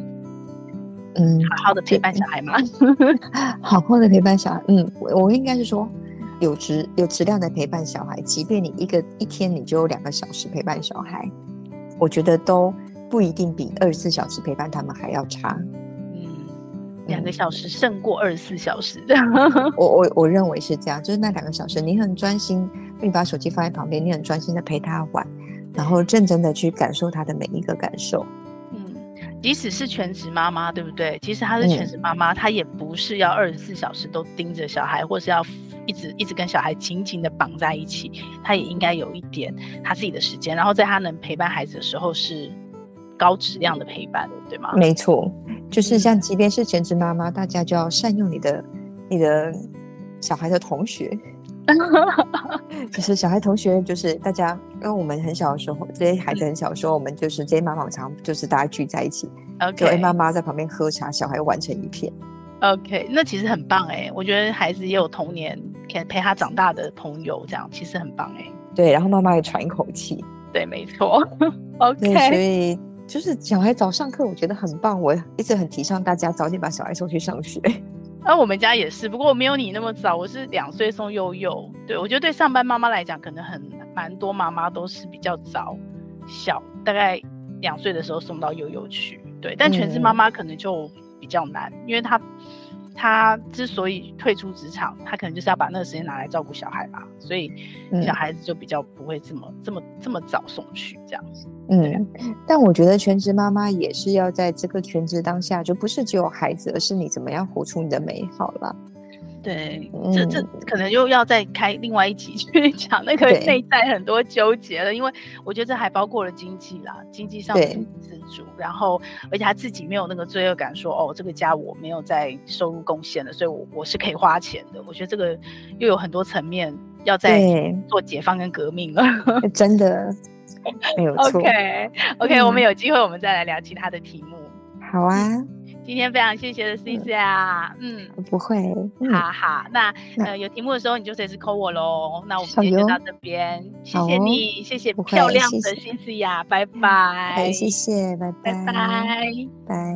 Speaker 1: 嗯，
Speaker 2: 好好的陪伴小孩吗？
Speaker 1: 好好的陪伴小孩，嗯，我我应该是说有质有质量的陪伴小孩，即便你一个一天你就有两个小时陪伴小孩，我觉得都不一定比二十四小时陪伴他们还要差。
Speaker 2: 嗯，两个
Speaker 1: 嗯
Speaker 2: 小时胜过二十四小时。
Speaker 1: 我我我认为是这样，就是那两个小时，你很专心，你把手机放在旁边，你很专心的陪他玩，然后认真的去感受他的每一个感受。
Speaker 2: 嗯，即使是全职妈妈，对不对？即使她是全
Speaker 1: 嗯
Speaker 2: 职妈妈，她也不是要二十四小时都盯着小孩，或是要一直一直跟小孩紧紧的绑在一起。她也应该有一点她自己的时间，然后在她能陪伴孩子的时候是高质量的陪伴，对吗？
Speaker 1: 没错，就是
Speaker 2: 嗯
Speaker 1: 像即便是全职妈妈，大家就要善用你的你的小孩的同学，就是小孩同学，就是大家，因为我们很小的时候，这些孩子很小的时候，我们就是这些妈妈常常就是大家聚在一起，就哎
Speaker 2: OK
Speaker 1: 妈妈在旁边喝茶，小孩玩成一片。
Speaker 2: OK，那其实很棒哎、我觉得孩子也有童年可以陪他长大的朋友，这样其实很棒哎、
Speaker 1: 对，然后妈妈也喘一口气，
Speaker 2: 对，没错。
Speaker 1: 对
Speaker 2: OK，
Speaker 1: 所以就是小孩早上课，我觉得很棒，我一直很提倡大家早点把小孩送去上学。
Speaker 2: 那、我们家也是，不过我没有你那么早，我是两岁送悠悠。对我觉得对上班妈妈来讲，可能很蛮多妈妈都是比较早，小大概两岁的时候送到悠悠去。对，但全职妈
Speaker 1: 嗯
Speaker 2: 妈可能就比较难，因为她她之所以退出职场，她可能就是要把那个时间拿来照顾小孩嘛，所以小
Speaker 1: 嗯
Speaker 2: 孩子就比较不会这么这么这么早送去这样。
Speaker 1: 嗯，但我觉得全职妈妈也是要在这个全职当下，就不是只有孩子，而是你怎么样活出你的美好啦。
Speaker 2: 对，这这
Speaker 1: 嗯
Speaker 2: 可能又要再开另外一集去 讲那个
Speaker 1: 对
Speaker 2: 内在很多纠结了，因为我觉得这还包括了经济啦，经济上的
Speaker 1: 对
Speaker 2: 自主，然后而且他自己没有那个罪恶感说，哦，这个家我没有在收入贡献了，所以我我是可以花钱的。我觉得这个又有很多层面要再
Speaker 1: 对，
Speaker 2: 做解放跟革命了。
Speaker 1: 真的没有错。
Speaker 2: OK OK，、我们
Speaker 1: 嗯
Speaker 2: 有机会我们再来聊其他的题目。
Speaker 1: 好啊，
Speaker 2: 今天非常谢
Speaker 1: 嗯
Speaker 2: 谢的 CC 啊，嗯
Speaker 1: 不会。嗯，
Speaker 2: 好好，那
Speaker 1: 那
Speaker 2: 呃有题目的时候你就随时扣我喽。那我们
Speaker 1: 好
Speaker 2: 今天就
Speaker 1: 哟
Speaker 2: 到这边，谢
Speaker 1: 好
Speaker 2: 谢
Speaker 1: 哦
Speaker 2: 你，谢谢
Speaker 1: 不
Speaker 2: 漂
Speaker 1: 会
Speaker 2: 亮
Speaker 1: 谢谢
Speaker 2: 的新思雅，拜拜，
Speaker 1: 哎，谢，谢，拜
Speaker 2: 拜拜。
Speaker 1: 拜。